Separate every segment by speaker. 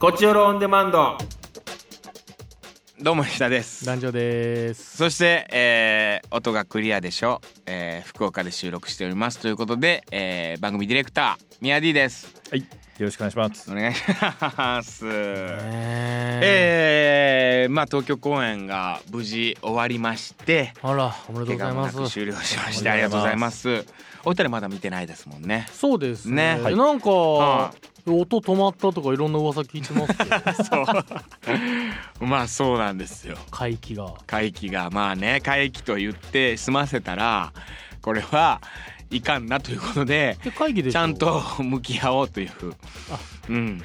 Speaker 1: こちよろオンデマンド。
Speaker 2: どうも石田です
Speaker 3: 壇上です
Speaker 2: そして、えー音がクリアでしょ、えー福岡で収録しておりますということで、えー番組ディレクター宮 D です
Speaker 3: はいよろしくお願いします
Speaker 2: お願いします、
Speaker 3: え
Speaker 2: えーまあ東京公演が無事終わりまして
Speaker 3: ー、あらおめでとう
Speaker 2: 怪我も
Speaker 3: ございま
Speaker 2: なく
Speaker 3: す
Speaker 2: 終了しまして
Speaker 3: お
Speaker 2: あ
Speaker 3: め
Speaker 2: り
Speaker 3: で
Speaker 2: がとうご
Speaker 3: とうご
Speaker 2: ざ
Speaker 3: ざ
Speaker 2: い
Speaker 3: い
Speaker 2: ま
Speaker 3: ます
Speaker 2: お二人まだ見てないですもんね
Speaker 3: そうですね
Speaker 2: ね
Speaker 3: はいなんか、
Speaker 2: は
Speaker 3: 音止まったとかいろんな噂聞いてます よ
Speaker 2: そうまあそうなんですよ
Speaker 3: 回帰が
Speaker 2: 会期がまあね会期と言って済ませたらこれはいかんなということで
Speaker 3: で会議でし
Speaker 2: ち
Speaker 3: ょ
Speaker 2: ゃんと向き合おうという
Speaker 3: あ
Speaker 2: うん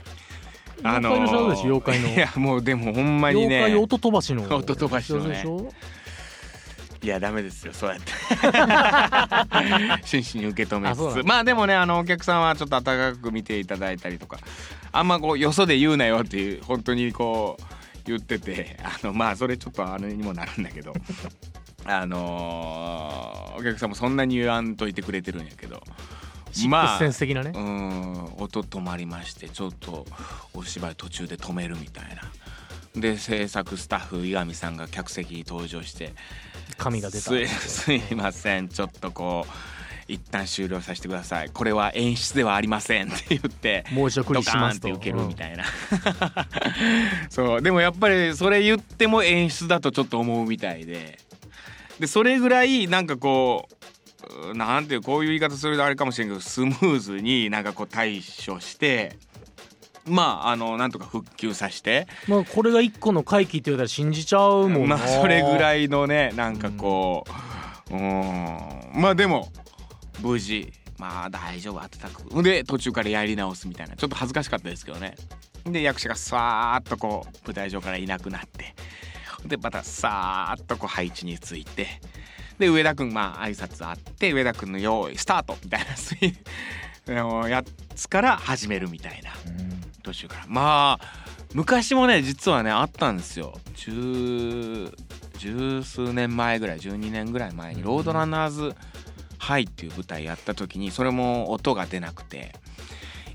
Speaker 3: 妖怪のシャウでしょ妖怪の
Speaker 2: いやもうでもほんまに
Speaker 3: 妖
Speaker 2: ね
Speaker 3: 怪音飛ばしの
Speaker 2: 音飛ばしのね
Speaker 3: でしょ
Speaker 2: いやダメですよそうやって 真摯に受け止め
Speaker 3: あそうなん
Speaker 2: つ
Speaker 3: だ
Speaker 2: つまあでもねあのお客さんはちょっと温かく見ていただいたりとかあんまこうよそで言うなよっていう本当にこう言っててあのまあそれちょっとあれにもなるんだけどあのーお客さんもそんなに言わんといてくれてるんやけど
Speaker 3: シックスセンス的なね、
Speaker 2: うーん音止まりましてちょっとお芝居途中で止めるみたいな。で制作スタッフ井上さんが客席に登場して
Speaker 3: 神
Speaker 2: 「
Speaker 3: が出た
Speaker 2: すいすいませんちょっとこう一旦終了させてくださいこれは演出ではありません」って言って
Speaker 3: もう一度ク
Speaker 2: ド
Speaker 3: リ
Speaker 2: カ
Speaker 3: し
Speaker 2: ーン
Speaker 3: ま
Speaker 2: っ
Speaker 3: すと
Speaker 2: て受けるみたいな、そうでもやっぱりそれ言っても演出だとちょっと思うみたいででそれぐらいなんかこううーなんていうこういう言い方するとあれかもしれんけどスムーズになんかこう対処してまああのなんとか復旧させて、
Speaker 3: うんまあこれが一個の回帰って言ったら信じちゃうもん
Speaker 2: ま
Speaker 3: な
Speaker 2: あそれぐ
Speaker 3: い
Speaker 2: らいのねなんかこううーんまあでも無事まあ大丈夫温かくで途中からやり直すみたいなちょっと恥ずかしかったですけどねで役者がさーっとこう舞台上からいなくなってでまたさーっとこう配置についてで上田君まあ挨拶あって上田君の「用意スタート」みたいなそういうあのやつから始めるみたいな。途中からまあ昔もね実はねあったんですよ十十数年前ぐらい12年ぐらい前に「ロードランナーズハイ」っていう舞台やった時にそれも音が出なくて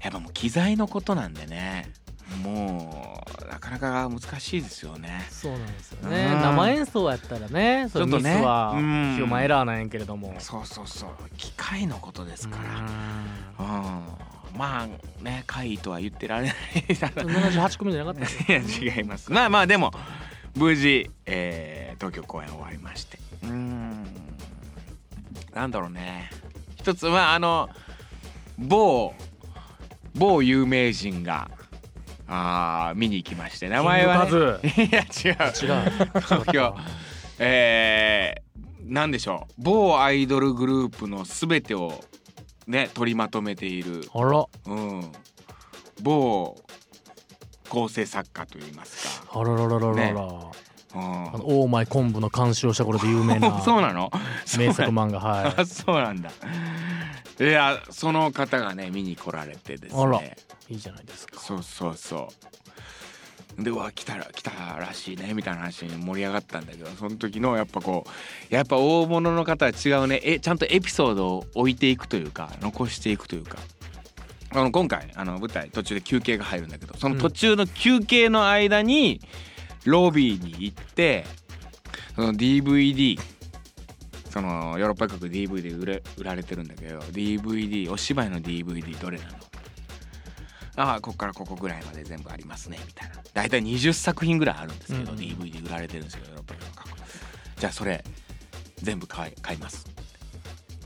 Speaker 2: やっぱもう機材のことなんでねもうなかなか難しいですよね。
Speaker 3: そうなんですよね
Speaker 2: うん
Speaker 3: 生演奏やったらねそれ
Speaker 2: ちょっと
Speaker 3: ミス
Speaker 2: ね
Speaker 3: は
Speaker 2: うん
Speaker 3: ヒューマンエラーなんやけれども
Speaker 2: そうそうそう機械のことですから。
Speaker 3: う
Speaker 2: うん、まあね会とは言ってられない
Speaker 3: ん78組じゃなかった
Speaker 2: いや違いますまあまあでも無事、えー東京公演終わりましてうーんなんだろうね一つはあの某某有名人があー見に行きまして 名前は、ね、
Speaker 3: キン
Speaker 2: い
Speaker 3: グ
Speaker 2: や違う
Speaker 3: 違う
Speaker 2: 東京えー、なんでしょう某アイドルグループの全てをね取りまとめている
Speaker 3: あら
Speaker 2: うん、某構成作家といいますか、
Speaker 3: あらららららら、
Speaker 2: ねう
Speaker 3: あの
Speaker 2: ん、
Speaker 3: オーマイ昆布の監修をした頃で有名 な
Speaker 2: そうなの
Speaker 3: 名作漫画はい
Speaker 2: あそうなんだいやその方がね見に来られてです
Speaker 3: あら
Speaker 2: ね
Speaker 3: いいじゃないですか
Speaker 2: そうそうそうでうわ来たら来たらしいねみたいな話に盛り上がったんだけどその時のやっぱこうやっぱ大物の方は違うねえちゃんとエピソードを置いていくというか残していくというかあの今回あの舞台途中で休憩が入るんだけどその途中の休憩の間にロビーに行ってその DVD そのヨーロッパ各国 DVD 売れ売られてるんだけど DVD お芝居の DVD どれなのああここからここぐらいまで全部ありますねみたいな大体20作品ぐらいあるんですけど、
Speaker 3: うんうん
Speaker 2: DVD 売られてるんですけどヨーロッパ各国じゃあそれ全部買い買います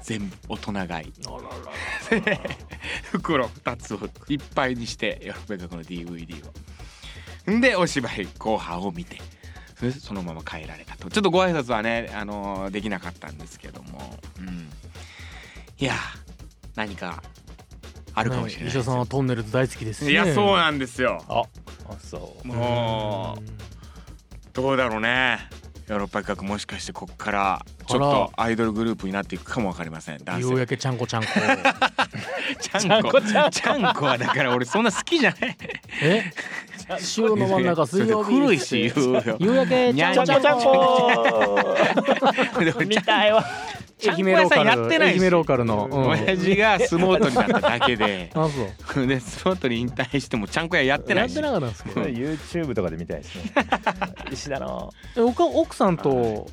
Speaker 2: 全部大人買い
Speaker 3: あららら
Speaker 2: 袋2つをいっぱいにしてヨーロッパ各国の DVD をんでお芝居後半を見てそれでそのまま帰られたとちょっとご挨拶はね、あのーできなかったんですけども、うん、いや何かあるかもしれない
Speaker 3: 石田さんはトンネルズ大好きですね
Speaker 2: いやそうなんですよ
Speaker 4: ああそう
Speaker 2: もうどうだろうねヨーロッパ企画もしかしてここからちょっとアイドルグループになっていくかもわかりません男
Speaker 3: よう
Speaker 2: 性
Speaker 3: やけちゃんこ ちゃんこ
Speaker 2: ちゃんこちゃんこはだから俺そんな好きじゃない
Speaker 3: え週の真ん中水曜日
Speaker 2: 古い し言うよ
Speaker 3: 夕焼けちゃんこちゃんこ
Speaker 2: みたいわちゃんこ屋さんやってない
Speaker 3: 愛
Speaker 2: し
Speaker 3: 媛ローカルの、うん、
Speaker 2: 親父が相撲取りだっただけで
Speaker 3: あそう
Speaker 2: で相撲取り引退してもちゃんこ屋やってないし
Speaker 3: やってなかったんですけど
Speaker 1: YouTube とかで見たいですね 石田の
Speaker 3: えおか奥さんと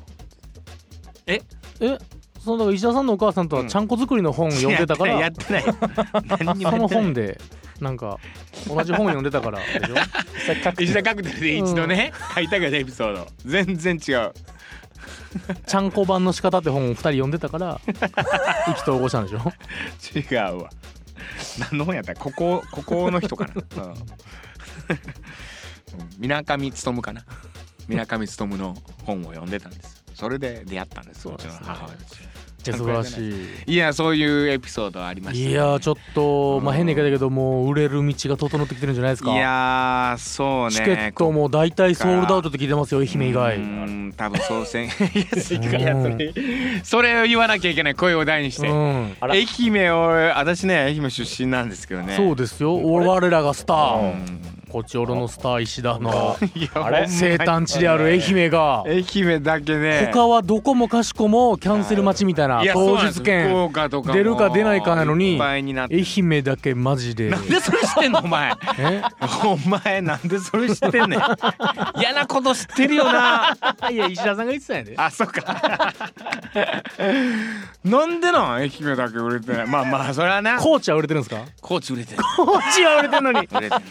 Speaker 2: え
Speaker 3: えそのだから石田さんのお母さんとは
Speaker 2: うん
Speaker 3: ちゃんこ作りの本読んでたから、
Speaker 2: やってないやってない何にも
Speaker 3: そ
Speaker 2: や
Speaker 3: の
Speaker 2: ってない
Speaker 3: 本でなんか同じ本読んでた からでしょ
Speaker 2: 石田カクテルで一度ね、書いたけどエピソード全然違う
Speaker 3: ちゃんこ版の仕方って本を二人読んで たから意気投合したんでしょ
Speaker 2: 違うわ何の本やったここここの人 かなうんみなかみつとむかなみなかみつとむの本を読んでたんですそれで出会ったんですうちの母親
Speaker 3: じゃあ素晴らしい
Speaker 2: いやそういうエピソードありましたね
Speaker 3: いやーちょっと、まあ、変な言い方だけどもう売れる道が整ってきてるんじゃないですか
Speaker 2: いやーそうね
Speaker 3: チケットも大体ソールドアウトって聞いてますよ愛媛以外
Speaker 2: うーん多分総 選いやそ
Speaker 3: うん
Speaker 2: れいやそれそれを言わなきゃいけない声を大にして、
Speaker 3: うん
Speaker 1: あら
Speaker 2: 愛媛を私ね愛媛出身なんですけどね
Speaker 3: そううですよ我らがスタ
Speaker 1: う
Speaker 3: ー
Speaker 2: ん
Speaker 3: こちおろのスター石田の
Speaker 2: いや
Speaker 1: あれ
Speaker 3: 生誕地である愛媛が
Speaker 2: 愛媛だけね
Speaker 3: 他はどこもかしこもキャンセル待ちみたいない
Speaker 2: やそう
Speaker 3: 当
Speaker 2: なんです
Speaker 3: 日
Speaker 2: 福
Speaker 3: 券
Speaker 2: 岡とかも
Speaker 3: 出るか出ないかなのに
Speaker 2: いっぱいになって
Speaker 3: 愛媛だけマジで
Speaker 2: なんでそれしてんのお前
Speaker 3: え
Speaker 2: お前なんでそれしてんねん嫌なこと知ってるよ ない
Speaker 3: や石田さんが言ってたんやで
Speaker 2: あそっかなんでなん愛媛だけ売れてないまあまあそれはな
Speaker 3: 高知は売れてるんですか
Speaker 2: 高知売れてる
Speaker 3: 高知は売れてるのに
Speaker 2: 売れてる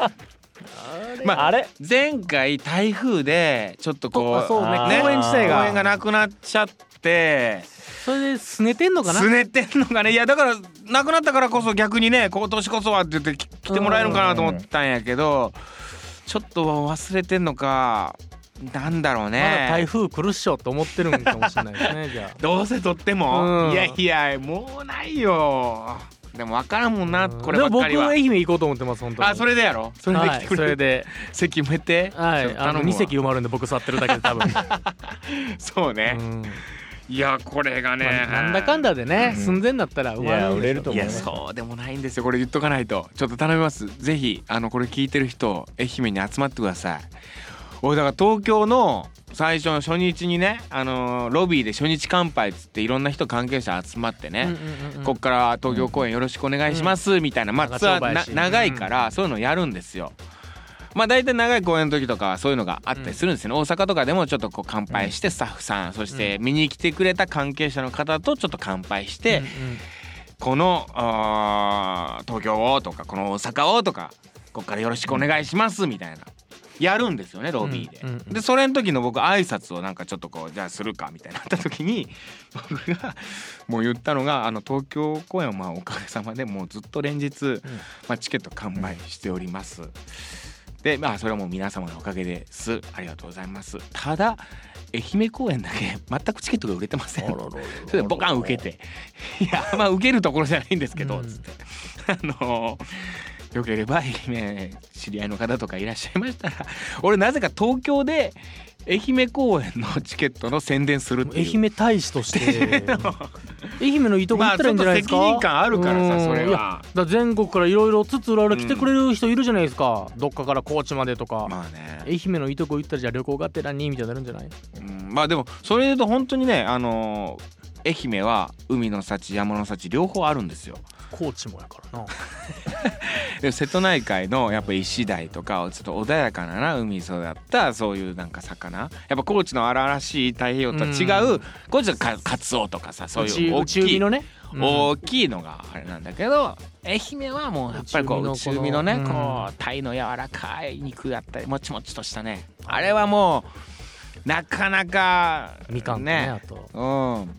Speaker 2: まあ
Speaker 1: あれ
Speaker 2: 前回台風でちょっとこう
Speaker 3: そう
Speaker 1: ね
Speaker 3: 公演自体が
Speaker 2: 公演がなくなっちゃって
Speaker 3: それで拗ねてんのかな
Speaker 2: すねてんのかねいやだからなくなったからこそ逆にね今年こそはって言ってき来てもらえるのかなと思ったんやけどちょっと忘れてんのかなんだろう
Speaker 3: まだ台
Speaker 2: ね
Speaker 3: 風来るっしょと思ってるんかもしれないですねじゃあ
Speaker 2: どうせとっても
Speaker 3: うん
Speaker 2: いやいやもうないよでも分からんもんなこればっかり
Speaker 3: でも
Speaker 2: は
Speaker 3: 僕愛媛行こうと思ってます本当に
Speaker 2: あそれでやろそれで来てく
Speaker 3: はい、そ
Speaker 2: れ
Speaker 3: れ
Speaker 2: て
Speaker 3: で、
Speaker 2: 席埋めて
Speaker 3: は
Speaker 2: ちょっ
Speaker 3: い、
Speaker 2: と頼む
Speaker 3: あの
Speaker 2: わ
Speaker 3: 2席埋まるんで僕座ってるだけで多 分、
Speaker 2: そうね
Speaker 3: うんま
Speaker 2: いやこれが
Speaker 3: あ
Speaker 2: ね
Speaker 3: なんだかんだでね、
Speaker 1: うん
Speaker 3: 寸前だったら埋
Speaker 1: い
Speaker 3: ま
Speaker 1: や
Speaker 3: るん
Speaker 1: 売
Speaker 3: で
Speaker 1: れ
Speaker 3: しょ
Speaker 1: ると
Speaker 2: い
Speaker 1: 思
Speaker 2: や
Speaker 1: うね
Speaker 2: そうでもないんですよこれ言っとかないとちょっと頼みますぜひあのこれ聞いてる人愛媛に集まってください俺だから東京の最初の初日にねあのーロビーで初日乾杯っつっていろんな人関係者集まってね、
Speaker 3: うんうんうん
Speaker 2: こっから東京公演よろしくお願いしますみたいな、まあ、
Speaker 3: 長
Speaker 2: ツア
Speaker 3: 丁
Speaker 2: ー
Speaker 3: 場や
Speaker 2: な
Speaker 3: し
Speaker 2: 長いからそういうのやるんですよ。まあ、大体長い公演の時とかはそういうのがあったりするんですよね、大阪とかでもちょっとこう乾杯してスタッフさん、そして見に来てくれた関係者の方とちょっと乾杯して、このあー東京をとかこの大阪をとかこっからよろしくお願いしますみたいなやるんですよねロビーで。
Speaker 3: うんうんうん
Speaker 2: でそれの時の僕挨拶をなんかちょっとこうじゃあするかみたいになった時に 僕がもう言ったのがあの東京公演はまあおかげさまでもうずっと連日、まあ、チケット完売しております。でまあそれはもう皆様のおかげですありがとうございます。ただ愛媛公演だけ全くチケットが売れてません。それでボカン受けて「いやまあ受けるところじゃないんですけど」
Speaker 3: うん
Speaker 2: つって「あのよければ愛媛知り合いの方とかいらっしゃいましたら俺なぜか東京で愛媛公演のチケットの宣伝するっていう
Speaker 3: 愛媛大使として 愛媛のいいとこ行ったらいいんじゃないですか、
Speaker 2: まあちょっと責任感あるからさ
Speaker 3: うん
Speaker 2: それはい
Speaker 3: やだから全国からいろいろつつらら来てくれる人いるじゃないですか、どっかから高知までとか、
Speaker 2: まあね、
Speaker 3: 愛媛のいいとこ行ったらじゃあ旅行がてらにみたいになるんじゃない
Speaker 2: うん、まあでもそれで言うと本当にねあの愛媛は海の幸山の幸両方あるんですよ。
Speaker 3: 高知もやからな
Speaker 2: で瀬戸内海のやっぱ石鯛とかちょっと穏やかなな海に育ったそういうなんか魚やっぱ高知の荒々しい太平洋とは違う、
Speaker 3: うん
Speaker 2: 高知のカカツオとかさそう
Speaker 3: 内
Speaker 2: いう大
Speaker 3: 内
Speaker 2: き
Speaker 3: 海
Speaker 2: い、
Speaker 3: のね、うん
Speaker 2: 大きいのがあれなんだけど愛媛はもうやっぱりこう
Speaker 3: 内
Speaker 2: 内海
Speaker 3: 海
Speaker 2: の
Speaker 3: のこ
Speaker 2: ね
Speaker 3: の
Speaker 2: こ
Speaker 3: う
Speaker 2: う鯛の柔らかい肉だったりもちもちとしたねあれはもうなかなか
Speaker 3: みかんとねあと
Speaker 2: うん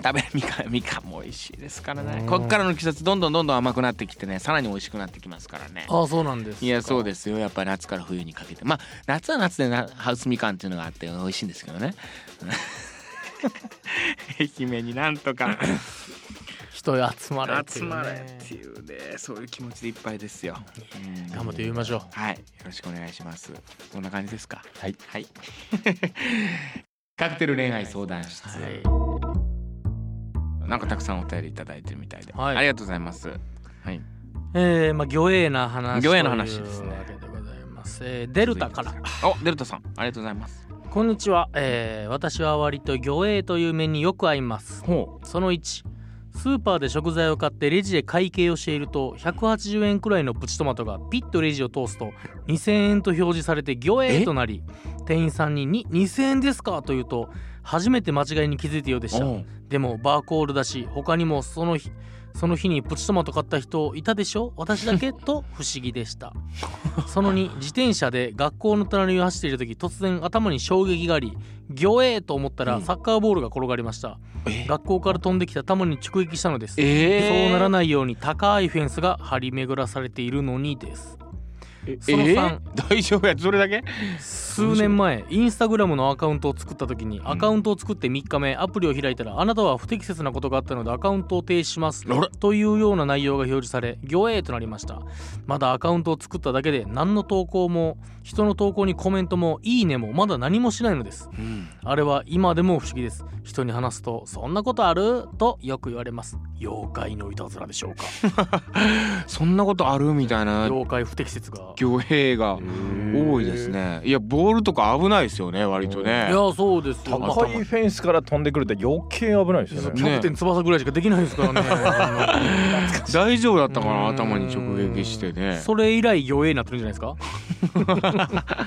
Speaker 2: 食べるみかんみかんも美味しいですからね、
Speaker 3: うん
Speaker 2: こっからの季節どんどんどんどん甘くなってきてねさらに美味しくなってきますからね
Speaker 3: ああそうなんです
Speaker 2: いやそう
Speaker 3: す
Speaker 2: ですよやっぱり夏から冬にかけてまあ夏は夏でなハウスみかんっていうのがあって美味しいんですけどね 愛媛になんと か
Speaker 3: 人集まれっていうね
Speaker 2: いうねそういう気持ちでいっぱいですよ、うん
Speaker 3: 頑張って言いましょう
Speaker 2: はいよろしくお願いしますこんな感じですか
Speaker 1: はい、
Speaker 2: はい カクテル恋愛相談室、
Speaker 3: はい
Speaker 2: なんかたくさんお便りいただいてるみたいで、
Speaker 3: はい
Speaker 2: ありがとうございます。はい。
Speaker 3: えー、まあ魚影な話
Speaker 2: 魚影な話ですね
Speaker 3: というわけでございます、えーデルタから
Speaker 2: お、デルタさん、ありがとうございます。
Speaker 3: こんにちは、えー私は割と魚影という面によく合います
Speaker 2: ほ
Speaker 3: その1スーパーで食材を買ってレジで会計をしていると180円くらいのプチトマトがピッとレジを通すと2000円と表示されて魚影となり店員さんにに2000円ですかと言うと初めて間違いに気づいたようでした
Speaker 2: う
Speaker 3: でもバーコールだし他にもその日その日にプチトマト買った人いたでしょ私だけと不思議でしたその2自転車で学校の隣を走っている時突然頭に衝撃があり「魚影!」と思ったらサッカーボールが転がりました、
Speaker 2: え
Speaker 3: 学校から飛んできたタモに直撃したのです、
Speaker 2: え
Speaker 3: そうなら
Speaker 2: い
Speaker 3: ないように高いフェンスが張り巡らされているのにですその
Speaker 2: え
Speaker 3: 3
Speaker 2: ー大丈夫やそれだけ
Speaker 3: 数年前インスタグラムのアカウントを作った時にアカウントを作って3日目アプリを開いたらあなたは不適切なことがあったのでアカウントを停止します
Speaker 2: あら
Speaker 3: というような内容が表示され魚影となりましたまだアカウントを作っただけで何の投稿も人の投稿にコメントもいいねもまだ何もしないのです
Speaker 2: うん
Speaker 3: あれは今でも不思議です人に話すとそんなことあるとよく言われます妖怪のいたずらでしょうか
Speaker 2: そんなことあるみたいな
Speaker 3: 妖怪不適切が
Speaker 2: 魚兵が多いですねいやボールとか危ないですよね割と
Speaker 3: い
Speaker 2: ね
Speaker 3: やそうですよ、まあ
Speaker 1: 高いフェンスから飛んでくるって余計危ないですよ
Speaker 3: キ
Speaker 1: ね。
Speaker 3: ャプテン翼ぐらいしかできないですからね あの
Speaker 2: 大丈夫だったかな
Speaker 3: うん
Speaker 2: 頭に直撃してね
Speaker 3: それ以来魚影になってるんじゃないですか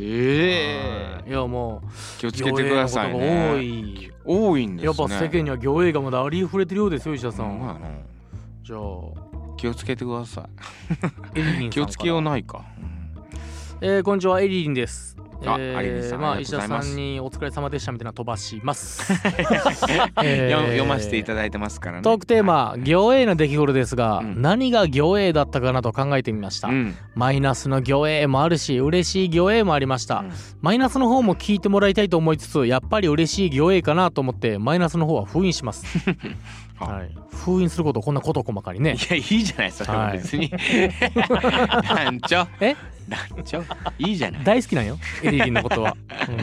Speaker 2: ええ
Speaker 3: いやもう
Speaker 2: 気をつけてください
Speaker 3: 魚影のことが多
Speaker 2: ね
Speaker 3: い
Speaker 2: 多いんですね
Speaker 3: やっぱ世間には魚影がまだありふれてるようですよ石田さん、
Speaker 2: まあな
Speaker 3: じゃあ
Speaker 2: 気をつけてくださ
Speaker 3: エリリンさんから
Speaker 2: い気をつけようないか
Speaker 3: えー、こんにちはエリリンです
Speaker 2: あ
Speaker 3: え
Speaker 2: エリリンさん
Speaker 3: ま
Speaker 2: あ
Speaker 3: あ
Speaker 2: りが
Speaker 3: 石
Speaker 2: とうござ
Speaker 3: 田
Speaker 2: い
Speaker 3: さ
Speaker 2: ます
Speaker 3: んにお疲れ様でしたみたいなの飛ばし ます、えー
Speaker 2: 読読ませていただいてますからね
Speaker 3: トークテーマ「行影の出来事」ですが、
Speaker 2: うん
Speaker 3: 何が行影だったかなと考えてみました、
Speaker 2: うん
Speaker 3: マイナスの行影もあるし嬉しい行影もありました、
Speaker 2: うん
Speaker 3: マイナスの方も聞いてもらいたいと思い つつやっぱり嬉しい行影かなと思ってマイナスの方は封印し ます、
Speaker 2: は
Speaker 3: はい、封印することをこんなこと細かにね
Speaker 2: いやいいじゃないそれは
Speaker 3: はい
Speaker 2: 別に 団長
Speaker 3: え
Speaker 2: 団長いいじゃない
Speaker 3: 大好きなんよエリリン のことは、うん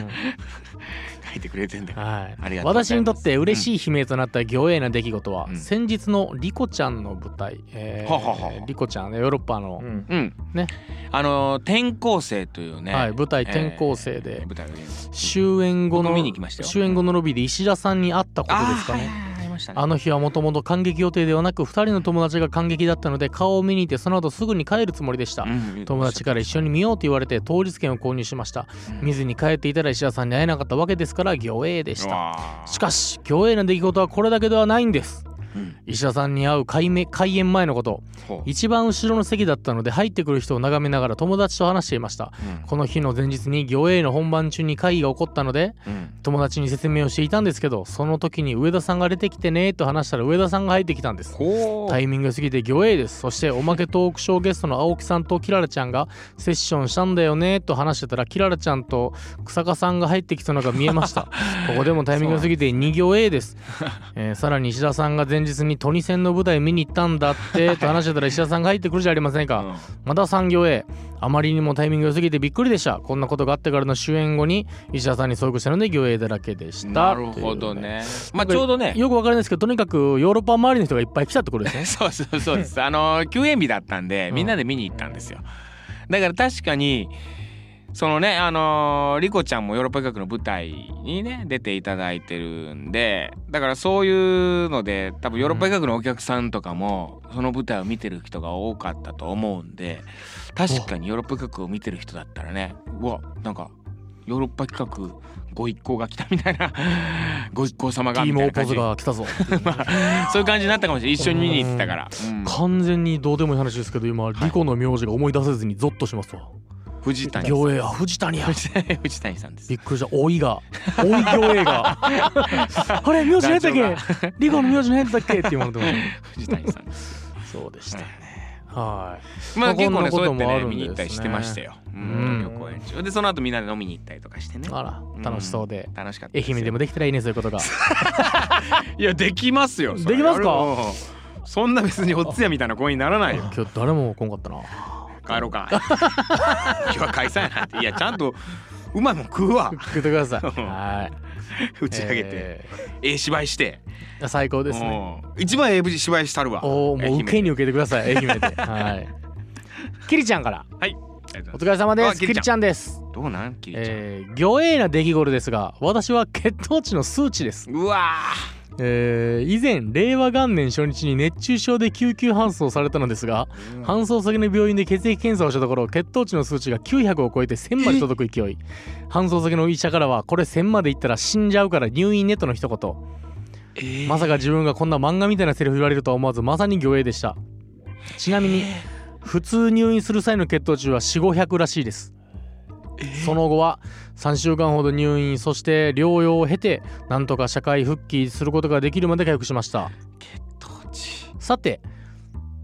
Speaker 2: 書いてくれてんだから
Speaker 3: はい
Speaker 2: ありがとうござ
Speaker 3: 私
Speaker 2: います
Speaker 3: にとって嬉しい悲鳴となった行影な出来事は、
Speaker 2: うん
Speaker 3: 先日のリコちゃんの舞台、えー
Speaker 2: ははは
Speaker 3: リコちゃんねヨーロッパの、
Speaker 1: うん
Speaker 2: うん
Speaker 3: ね
Speaker 2: あの転校生というね
Speaker 3: はい、舞台転校生
Speaker 2: え
Speaker 3: で
Speaker 2: ー、舞台を見る
Speaker 3: 終演後の
Speaker 2: 僕見に行きましたよ
Speaker 3: 終演後のロビーで石田さんに会ったことですか
Speaker 2: あーはいは
Speaker 3: ね
Speaker 2: いはいありましたね
Speaker 3: あの日はもともと感激予定ではなく2人の友達が感激だったので顔を見に行ってその後すぐに帰るつもりでした
Speaker 2: うん
Speaker 3: 友達から一緒に見ようと言われて当日券を購入しました見ずに帰っていたら石田さんに会えなかったわけですから行影でし
Speaker 2: う
Speaker 3: た
Speaker 2: わー
Speaker 3: しかし行影の出来事はこれだけではないんです
Speaker 2: うん
Speaker 3: 石田さんに会う開め開演前のこと
Speaker 2: ほう
Speaker 3: 一番後ろの席だったので入ってくる人を眺めながら友達と話していました
Speaker 2: うん
Speaker 3: この日の前日に行影の本番中に会議が起こったので
Speaker 2: うん
Speaker 3: 友達に説明をしていたんですけどその時に上田さんが出てきてねと話したら上田さんが入ってきたんです
Speaker 2: ほう
Speaker 3: タイミングが過ぎて魚影ですそしておまけトークショーゲストの青木さんとキララちゃんがセッションしたんだよねと話してたらキララちゃんと草加さんが入ってきたのが見えましたここでもタイミングが過ぎて2行 A ですえーさらに石田さんが前日にトニセンの舞台見に行ったんだってと話してたら石田さんが入ってくるじゃありませんか、
Speaker 2: うん
Speaker 3: また産業 A あまりにもタイミングが良すぎてびっくりでしたこんなことがあってからの終演後に石田さんに遭遇したので業 A だらけでし
Speaker 2: な
Speaker 3: た
Speaker 2: るほどねまあちょうどね
Speaker 3: よくわからないですけどとにかくヨーロッパ周りの人がいっぱい来たってこ とですね
Speaker 2: そうそうそうです。あのー休園日だったんで、みんなで見に行ったんですよ。だから確かに。そのねあのーリコちゃんもヨーロッパ企画の舞台にね出ていただいてるんでだからそういうので多分ヨーロッパ企画のお客さんとかもその舞台を見てる人が多かったと思うんで確かにヨーロッパ企画を見てる人だったらねうわなんかヨーロッパ企画ご一行が来たみたいなご一行様
Speaker 3: テ
Speaker 2: が
Speaker 3: ィー
Speaker 2: みたい
Speaker 3: モ
Speaker 2: な
Speaker 3: ーポ
Speaker 2: 感じ
Speaker 3: ズが来たぞ
Speaker 2: そういう感じになったかもしれない一緒に見に行ってたから。うん
Speaker 3: 完全にどうでもいい話ですけど今
Speaker 2: い
Speaker 3: リコの名字が思い出せずにゾッとしますわ
Speaker 2: 藤谷さん
Speaker 3: 業 A あ藤谷や
Speaker 2: 藤谷 藤谷さんです
Speaker 3: びっくりした老いが老い業 A があれ名字何やったっ
Speaker 2: 団
Speaker 3: けリコの名字何やったっけって言われても
Speaker 2: 藤谷さんです
Speaker 3: そうでした
Speaker 2: は
Speaker 3: ね
Speaker 2: い
Speaker 3: はい
Speaker 2: まあ
Speaker 3: こ
Speaker 2: 結
Speaker 3: ん
Speaker 2: 構
Speaker 3: な
Speaker 2: ね
Speaker 3: こ
Speaker 2: そうや
Speaker 3: と
Speaker 2: って
Speaker 3: もあ
Speaker 2: ね
Speaker 3: るん
Speaker 2: 見
Speaker 3: ですね
Speaker 2: に行ったりしてましたよ、う
Speaker 3: うん
Speaker 2: ん、旅行園中でその後みんなで飲みに行ったりとかしてね
Speaker 3: あら楽しそうで
Speaker 2: ん楽しかった
Speaker 3: 愛
Speaker 2: すよ
Speaker 3: 媛でもできたらいいねそういうことが
Speaker 2: いやできますよそれ
Speaker 3: できますか
Speaker 2: うんそんな別におつやみたいな声にならないよ
Speaker 3: 今日誰も来んかったな
Speaker 2: 帰ろうか 今日は解散やなっていやちゃんとうまいもん食う わ
Speaker 3: 食ってください
Speaker 2: うん
Speaker 3: はい
Speaker 2: 打ち上げてえ
Speaker 3: え
Speaker 2: え芝居して
Speaker 3: ー最高ですね
Speaker 2: うん一番ええ芝居したるわ
Speaker 3: おお
Speaker 2: 愛
Speaker 3: もう
Speaker 2: 媛
Speaker 3: 受けに受けてください愛媛ではいキリちゃんから
Speaker 2: はいありがとうご
Speaker 3: お
Speaker 2: ざい
Speaker 3: 疲れ様で
Speaker 2: あ
Speaker 3: す
Speaker 2: キ
Speaker 3: キ
Speaker 2: リ
Speaker 3: リ
Speaker 2: ち
Speaker 3: ちゃんです
Speaker 2: ますどうなんキリちゃん、
Speaker 3: えー、魚影な出来事ですが私は血糖値の数値です、
Speaker 2: うわ
Speaker 3: えー、以前令和元年初日に熱中症で救急搬送されたのですが
Speaker 2: ー
Speaker 3: 搬送先の病院で血液検査をしたところ血糖値の数値が900を超えて1000まで届く勢い搬送先の医者からは「これ1000までいったら死んじゃうから入院ね」との一言
Speaker 2: えー
Speaker 3: まさか自分がこんな漫画みたいなセリフ言われるとは思わずまさに魚影でしたちなみに普通入院する際の血糖値は4500らしいですその後は3週間ほど入院そして療養を経てなんとか社会復帰することができるまで回復しました
Speaker 2: 血糖値
Speaker 3: さて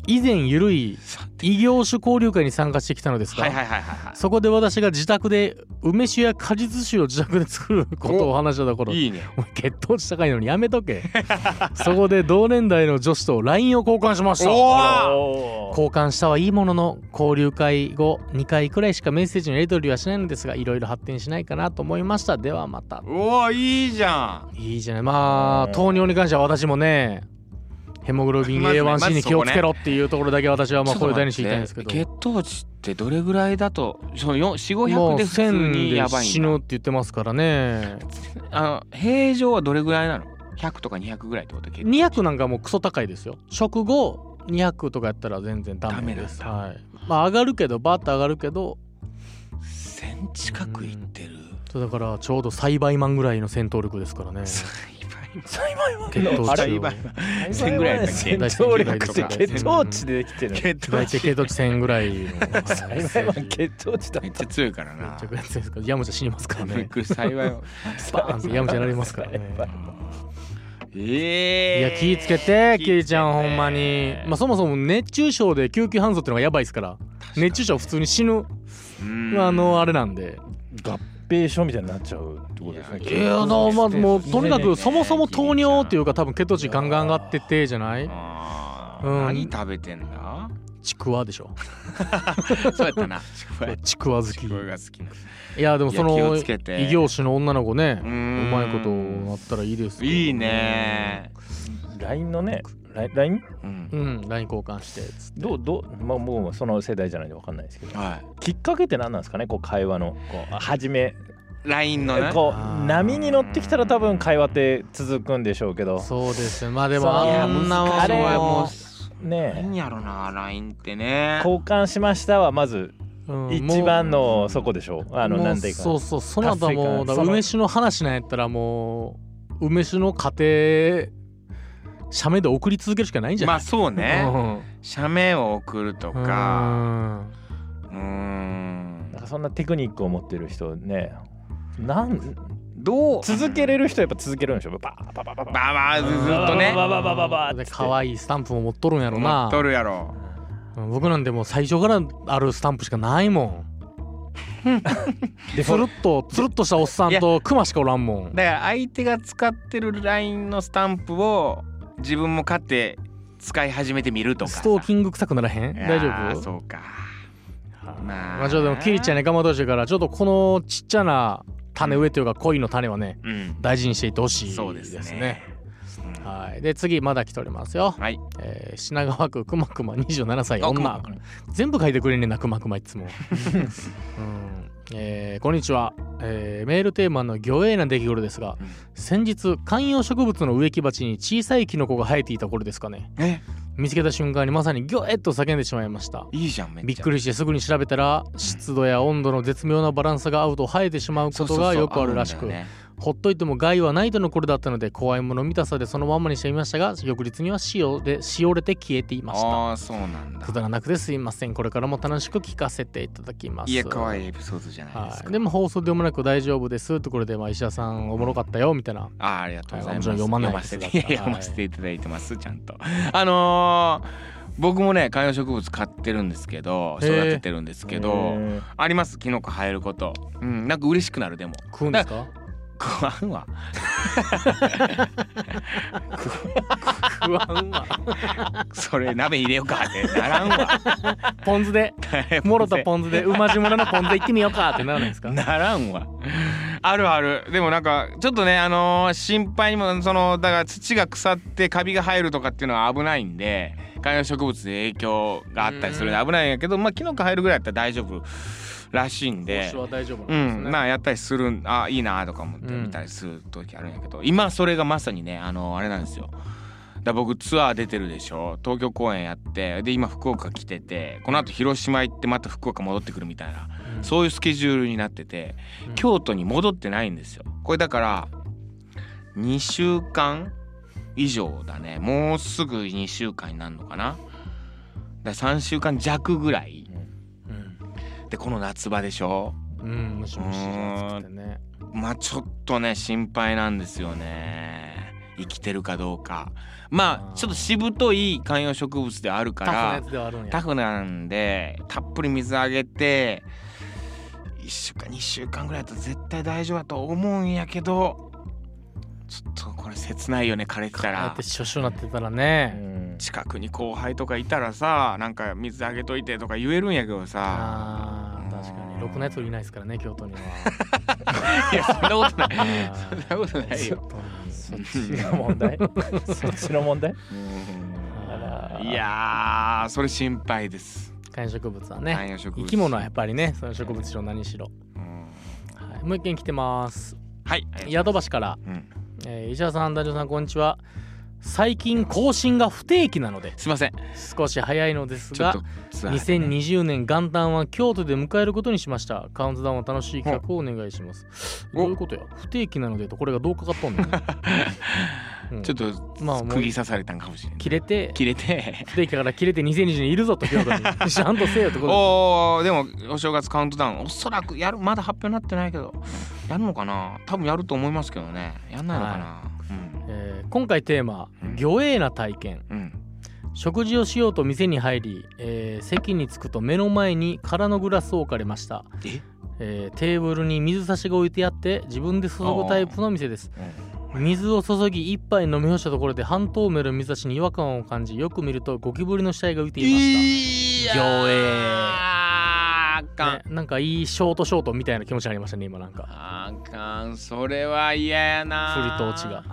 Speaker 3: 以前ゆるい
Speaker 2: さ
Speaker 3: 異業種交流会に参加してきたのですが、
Speaker 2: はいはいはいはいは
Speaker 3: そこで私が自宅で梅酒や果実酒を自宅で作ることを話したところ
Speaker 2: いいいね
Speaker 3: お前血糖値高いのにやめとけそこで同年代の女子と LINE を交換しました
Speaker 2: おー
Speaker 1: おー
Speaker 3: 交換したはいいものの交流会後2回くらいしかメッセージのやり取りはしないのですがいろいろ発展しないかなと思いましたではまた
Speaker 2: おおいいじゃん
Speaker 3: いいじゃないまあ糖尿に関しては私もねヘモグロビン
Speaker 2: まずねま
Speaker 3: A1C
Speaker 2: ず
Speaker 3: に
Speaker 2: そ
Speaker 3: 気
Speaker 2: こね
Speaker 3: をつけろっていうところだけ私はまあこれ大にして言いたいんですけど
Speaker 2: ちょっと待って血糖値ってどれぐらいだとその4 4 5 0
Speaker 3: も
Speaker 2: 0
Speaker 3: う
Speaker 2: で普通にや
Speaker 3: 1000
Speaker 2: ば
Speaker 3: で
Speaker 2: い
Speaker 3: 死
Speaker 2: んだ
Speaker 3: ぬって言ってますからね
Speaker 2: あの平常はどれぐらいなの100とか200ぐらいってこと血糖値
Speaker 3: 200なんかもうクソ高いですよ食後200とかやったら全然ダメです
Speaker 2: ダメな
Speaker 3: はい、まあ上がるけどバッと上がるけど
Speaker 2: 1000近くいってる
Speaker 3: そうだからちょうど栽培マンぐらいの戦闘力ですから ね
Speaker 2: 栽培
Speaker 3: 血糖
Speaker 1: あ
Speaker 3: 値
Speaker 1: れ
Speaker 3: を
Speaker 1: 今
Speaker 2: 1000ぐらいだっけ
Speaker 1: 戦闘力って血糖値でできてる
Speaker 2: 血糖
Speaker 3: 大
Speaker 2: 値
Speaker 3: 体血糖値1000ぐら いの
Speaker 1: 栽培は血 糖値だ
Speaker 2: めっちゃ強いから
Speaker 3: めっ
Speaker 2: な
Speaker 3: ちゃくやつですからヤムチャ死にますから
Speaker 2: びっ
Speaker 3: ね
Speaker 2: くり幸いを
Speaker 3: バーンってヤムチャやられますからねい
Speaker 2: ええ
Speaker 3: や気ぃつけてキリちゃんほんまにまあそもそも熱中症で救急搬送ってのがやばいですから熱中症は普通に死ぬあのあれなんで
Speaker 1: 合併症みたいになっちゃうってことですね
Speaker 2: い
Speaker 3: い
Speaker 2: や
Speaker 3: やだまあもうとにか
Speaker 1: ねえねえね
Speaker 3: く
Speaker 1: え
Speaker 3: そもそも糖尿っていうか多分血糖値ガンガン上がっててじゃない
Speaker 2: あ
Speaker 3: うん
Speaker 2: ー何食べてんだ
Speaker 3: ちくわでしょ
Speaker 2: そうやったなちくわ
Speaker 3: ちくわ好
Speaker 2: ち
Speaker 3: き
Speaker 2: くわが好きない
Speaker 3: やでもそ
Speaker 2: いや気
Speaker 3: の
Speaker 2: をつけて
Speaker 3: 異業種の女の子ね
Speaker 2: う
Speaker 3: う
Speaker 2: ーん
Speaker 3: まいことなったらいいですけど
Speaker 2: いいね
Speaker 1: LINE のね LINE
Speaker 2: うん
Speaker 3: う、ん LINE 交換してつって
Speaker 1: どうどうまあもうその世代じゃないんでわかんないですけど
Speaker 2: は
Speaker 1: きっかけって何なんですかねこう会話のこう始め
Speaker 2: い LINE のね
Speaker 1: こ
Speaker 3: あ
Speaker 1: う
Speaker 3: ー
Speaker 1: 波に乗ってきたら多分会話って続くんでしょうけど
Speaker 3: そうですねまあで
Speaker 1: そ
Speaker 3: も
Speaker 1: う
Speaker 3: あんなは
Speaker 2: あれはも
Speaker 3: も
Speaker 2: う
Speaker 1: ね
Speaker 2: 何やろな LINE ってね
Speaker 1: 交換しましたはまず
Speaker 3: ううん
Speaker 1: 一番のそこでしょうあの
Speaker 3: もう
Speaker 1: なんていうか
Speaker 3: そうそうその後はもうだ
Speaker 1: 達成感
Speaker 3: から
Speaker 1: その
Speaker 3: 梅酒の話なんやったらもう梅酒の家庭写メで送り続けるしかないんじゃ
Speaker 2: ま
Speaker 3: な
Speaker 2: あ
Speaker 3: い
Speaker 2: そう
Speaker 3: う
Speaker 2: ね
Speaker 3: ん
Speaker 2: 写メを送るとかう
Speaker 3: うん
Speaker 2: ーん
Speaker 1: なんかそんなテクニックを持ってる人ねなん
Speaker 2: どう
Speaker 1: 続けれる人はやっぱ続けるんでしょパーパーパーパーパー
Speaker 2: まあまあずずっとね
Speaker 1: バババババ
Speaker 3: で可愛いスタンプも持っとるんやろ
Speaker 2: 持
Speaker 3: な
Speaker 2: っとるやろ
Speaker 3: うん僕なんてもう最初からあるスタンプしかないもんでつるっとつるっとしたおっさんとクマしかおらんもん
Speaker 2: だから相手が使ってる LINE のスタンプを自分も買って使い始めてみるとか
Speaker 3: ストーキング臭くならへん
Speaker 2: いや
Speaker 3: 大丈
Speaker 2: ー
Speaker 3: 夫
Speaker 2: そうかまあ
Speaker 3: まあちょっとでもキリちゃんね頑張ってほしいからちょっとこのちっちゃな種植えというか恋の種はね
Speaker 2: うん
Speaker 3: 大事にしていってほしい
Speaker 2: そう
Speaker 3: で
Speaker 2: ですす
Speaker 3: ね
Speaker 2: ねうん
Speaker 3: はいで次まだ来ておりますよ、
Speaker 2: はい
Speaker 3: えー品川区くまくま27歳
Speaker 2: あ
Speaker 3: 女
Speaker 2: くま
Speaker 3: 全部書いてくれんねんなくまくま いつも、うんえーこんにちは、えーメールテーマの魚影な出来事ですが、
Speaker 2: うん
Speaker 3: 先日観葉植物の植木鉢に小さいキノコが生えていた頃ですかね
Speaker 2: え
Speaker 3: 見つけた瞬間にまさにギョエッと叫んでしまいました
Speaker 2: いいじゃんめっちゃ
Speaker 3: びっくりしてすぐに調べたら湿度や温度の絶妙なバランスが合うと生えてしまうことがよくあるらし
Speaker 2: そう
Speaker 3: く
Speaker 2: そうそうあるんだよね
Speaker 3: ほっといても害はないとのことだったので怖いもの見たさでそのまんまにしてみましたが翌日には塩でしおれて消えていました
Speaker 2: ああそうなんだ
Speaker 3: くだらなくてすいませんこれからも楽しく聞かせていただきます
Speaker 2: いや可愛い
Speaker 3: い
Speaker 2: エピソードじゃないで
Speaker 3: は
Speaker 2: すか
Speaker 3: い、でも放送でもなく大丈夫ですところでまあ石田さんおもろかったよみたいな
Speaker 2: あーありがとうございます
Speaker 3: はいもちろん読まないです
Speaker 2: 読ませていやいや
Speaker 3: はい
Speaker 2: 読ませていただいてますちゃんとあのー僕もね観葉植物買ってるんですけど
Speaker 3: へ
Speaker 2: 育
Speaker 3: ー
Speaker 2: ててるんですけど
Speaker 1: えー
Speaker 2: ありますキノコ生えることうんなんか嬉しくなるでも
Speaker 3: 食うんですか
Speaker 2: 食わんわ
Speaker 3: 食わんわ
Speaker 2: それ鍋入れようかってならん わ
Speaker 3: ポン 酢でもろたポン酢で馬路村のポン酢で行ってみようかってならないですか
Speaker 2: ならんわあるあるでもなんかちょっとねあのー心配にもそのだから土が腐ってカビが生えるとかっていうのは危ないんで観葉植物で影響があったりするんで危ないんやけどまあキノコ入るぐらいだったら大丈夫らしいん
Speaker 3: 今
Speaker 2: で
Speaker 3: 年。は大丈夫
Speaker 2: う
Speaker 3: なんですね、
Speaker 2: ん、まあやったりするんあいいなとか思って
Speaker 3: うん
Speaker 2: 見たりする時あるんやけど、今それがまさにねあのあれなんですよだから僕ツアー出てるでしょ東京公演やってで今福岡来ててこのあと広島行ってまた福岡戻ってくるみたいな
Speaker 3: うん
Speaker 2: そういうスケジュールになってて
Speaker 3: うん
Speaker 2: 京都に戻ってないんですよこれだから2週間以上だねもうすぐ2週間になるのかなだから3週間弱ぐらいでこの夏場でしょ
Speaker 3: うん、うん、ムシムシ作ってね
Speaker 2: まあちょっとね心配なんですよね生きてるかどうかまあちょっとしぶとい観葉植物であるか
Speaker 3: タフな
Speaker 2: ら
Speaker 3: やつではあるんや
Speaker 2: タフなんでたっぷり水あげて1週間2週間ぐらいだと絶対大丈夫だと思うんやけどちょっとこれ切ないよね枯れてた
Speaker 3: ああや
Speaker 2: ら
Speaker 3: ってしょしょなってたら
Speaker 1: う
Speaker 3: ね、
Speaker 1: ん
Speaker 2: 近くに後輩とかいたらさなんか水あげといてとか言えるんやけどさ
Speaker 3: ああ確かにろくなやついないですからね京都には
Speaker 2: いやそんなことない
Speaker 3: あ
Speaker 2: そん
Speaker 3: ー
Speaker 2: なこと ないよ。
Speaker 1: そっちが 問題そっちの問題
Speaker 3: あ
Speaker 2: いやーそれ心配です。
Speaker 3: ー観葉植物はね、
Speaker 2: 観葉植物
Speaker 3: 生き物はやっぱりねその植物上何しろ、
Speaker 2: うん
Speaker 3: はい、もう一件来てます
Speaker 2: はい。
Speaker 3: 宿橋から、
Speaker 2: うん
Speaker 3: えー、石田さん男女さんこんにちは最近更新が不定期なのです
Speaker 2: いません。
Speaker 3: 少し早いのです
Speaker 2: ちょっ
Speaker 3: が
Speaker 2: とツアーでね
Speaker 3: 2020年元旦は京都で迎えることにしましたカウントダウンを楽しい企画をお願いします
Speaker 2: お
Speaker 3: どういうことや不定期なのでとこれがどうかかっと んねん、うん
Speaker 2: ちょっと
Speaker 3: まあもう
Speaker 2: 釘刺されたんかもしれない。
Speaker 3: 切れて
Speaker 2: 切れ て。
Speaker 3: 不定期だから切れて2020年いるぞと京都にちゃんとせよってこと
Speaker 2: おーでもお正月カウントダウンおそらくやるまだ発表になってないけどやるのかな多分やると思いますけどねやんないのかな、
Speaker 3: えー今回テーマ
Speaker 2: うん
Speaker 3: 「魚影な体験
Speaker 2: うん、うん、」
Speaker 3: 食事をしようと店に入り、えー席に着くと目の前に空のグラスを置かれました
Speaker 2: え
Speaker 3: えーテーブルに水差しが置いてあって自分で注ぐタイプの店です水を注ぎ一杯飲み干したところで半透明の水差しに違和感を感じよく見るとゴキブリの死体が浮いていまし
Speaker 2: いや
Speaker 3: 行営
Speaker 2: あ
Speaker 3: た、
Speaker 2: かん、
Speaker 3: ねなんかいいショートショートみたいな気持ちになりましたね今なんか
Speaker 2: あかんそれは嫌やな
Speaker 3: 振りと落ちが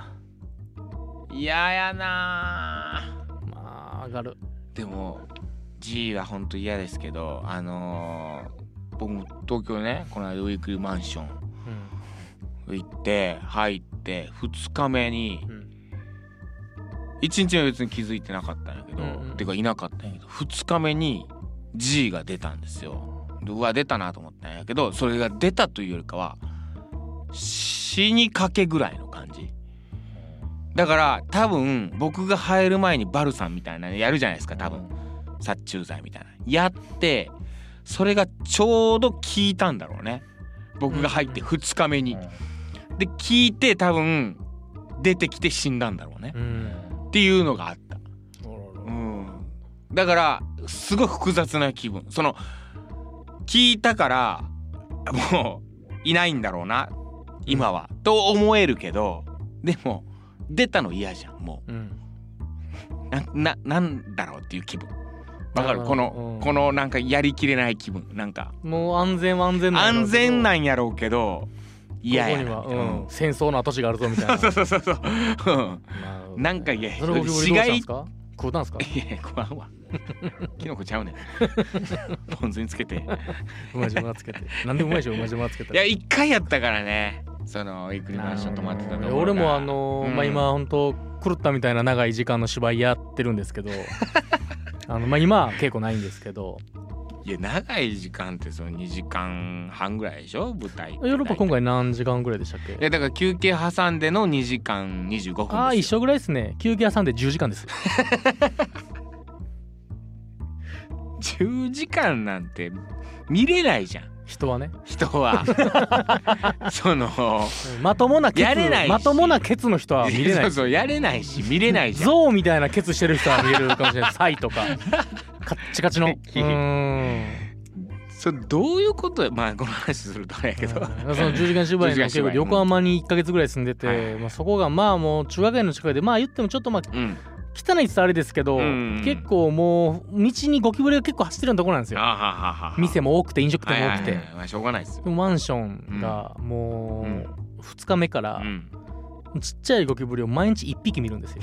Speaker 2: 嫌やな
Speaker 3: まあ上がる
Speaker 2: でも G は本当嫌ですけどあのー、僕も東京ねこの間ウィークリーマンション
Speaker 3: う
Speaker 2: 行って入って2日目に
Speaker 3: んうん
Speaker 2: 1日目は別に気づいてなかったんやけど、
Speaker 3: うんうん
Speaker 2: てかいなかったんやけど2日目に G が出たんですよでうわ出たなと思ったんやけどそれが出たというよりかは死にかけぐらいの感じだから多分僕が入る前にバルさんみたいなのやるじゃないですか多分殺虫剤みたいなやってそれがちょうど効いたんだろうね僕が入って2日目に、で聞いて多分出てきて死んだんだろうね
Speaker 3: う、ん
Speaker 2: っていうのがあった、
Speaker 3: おろろ
Speaker 2: うん、だからすごい複雑な気分その聞いたからもういないんだろうな今は、と思えるけどでも出たの嫌じゃんも
Speaker 3: うん
Speaker 2: うなななんだろうっていう気分わかる
Speaker 3: あー
Speaker 2: この、
Speaker 3: うん
Speaker 2: このなんかやりきれない気分なんか
Speaker 3: もう安全は安全なんやろ
Speaker 2: 安
Speaker 3: うけど
Speaker 2: 全なんやろうけど嫌や
Speaker 3: ここに
Speaker 2: な
Speaker 3: は、
Speaker 2: みたいな
Speaker 3: うん、戦争の跡地があるぞみたいな
Speaker 2: そうそうそうそう、うん、
Speaker 3: なるほどね
Speaker 2: なんかいや
Speaker 3: それゴキブリどうしたんですか食うたんですか
Speaker 2: いやいや食わんわ キノコちゃうねん ポン酢につけて
Speaker 3: うまじゅうまつけてなんでうまいしょうまじゅうまつけた
Speaker 2: いや一回やったからねそのウィークリーマンション泊まってたところが
Speaker 3: 俺もあのー
Speaker 2: うん
Speaker 3: まあ今本当狂ったみたいな長い時間の芝居やってるんです けどあのまあ今は稽古ないんですけど
Speaker 2: いや長い時間ってその2時間半ぐらいでしょ舞台
Speaker 3: ヨーロッパ今
Speaker 2: い
Speaker 3: 回何時間ぐらいでしたっけ
Speaker 2: やだから休憩挟んでの2時間25分ですよ
Speaker 3: ああ一緒ぐらいですね休憩挟んで10時間です
Speaker 2: 10時間なんて見れないじゃん
Speaker 3: 人はね
Speaker 2: 人 はその
Speaker 3: まともなケツ
Speaker 2: やれないし
Speaker 3: まともなケツの人は見れ
Speaker 2: そ
Speaker 3: ないう
Speaker 2: そうやれないし見れないじゃん
Speaker 3: 象みたいなケツしてる人は見れるかもしれないサイ とかカッチカチのうーん
Speaker 2: それどういうことよまあこの話するとあれやけど
Speaker 3: うんその10時間芝居の稽古で横浜に1か月ぐらい住んでて、まあ、そこがまあもう中学園の近くでまあ言ってもちょっとまあ
Speaker 2: うん
Speaker 3: 汚いって言ったらあれですけど、
Speaker 2: うん
Speaker 3: 結構もう道にゴキブリが結構走ってるようなところなんです
Speaker 2: あ
Speaker 3: よ
Speaker 2: はははは
Speaker 3: 店も多くて飲食
Speaker 2: はい
Speaker 3: 店も
Speaker 2: は
Speaker 3: 多
Speaker 2: い
Speaker 3: く
Speaker 2: は
Speaker 3: て、
Speaker 2: いまあしょうがないですよ
Speaker 3: でもマンションがもう2日目から
Speaker 2: うん
Speaker 3: ちっちゃいゴキブリを毎日1匹見るんですよ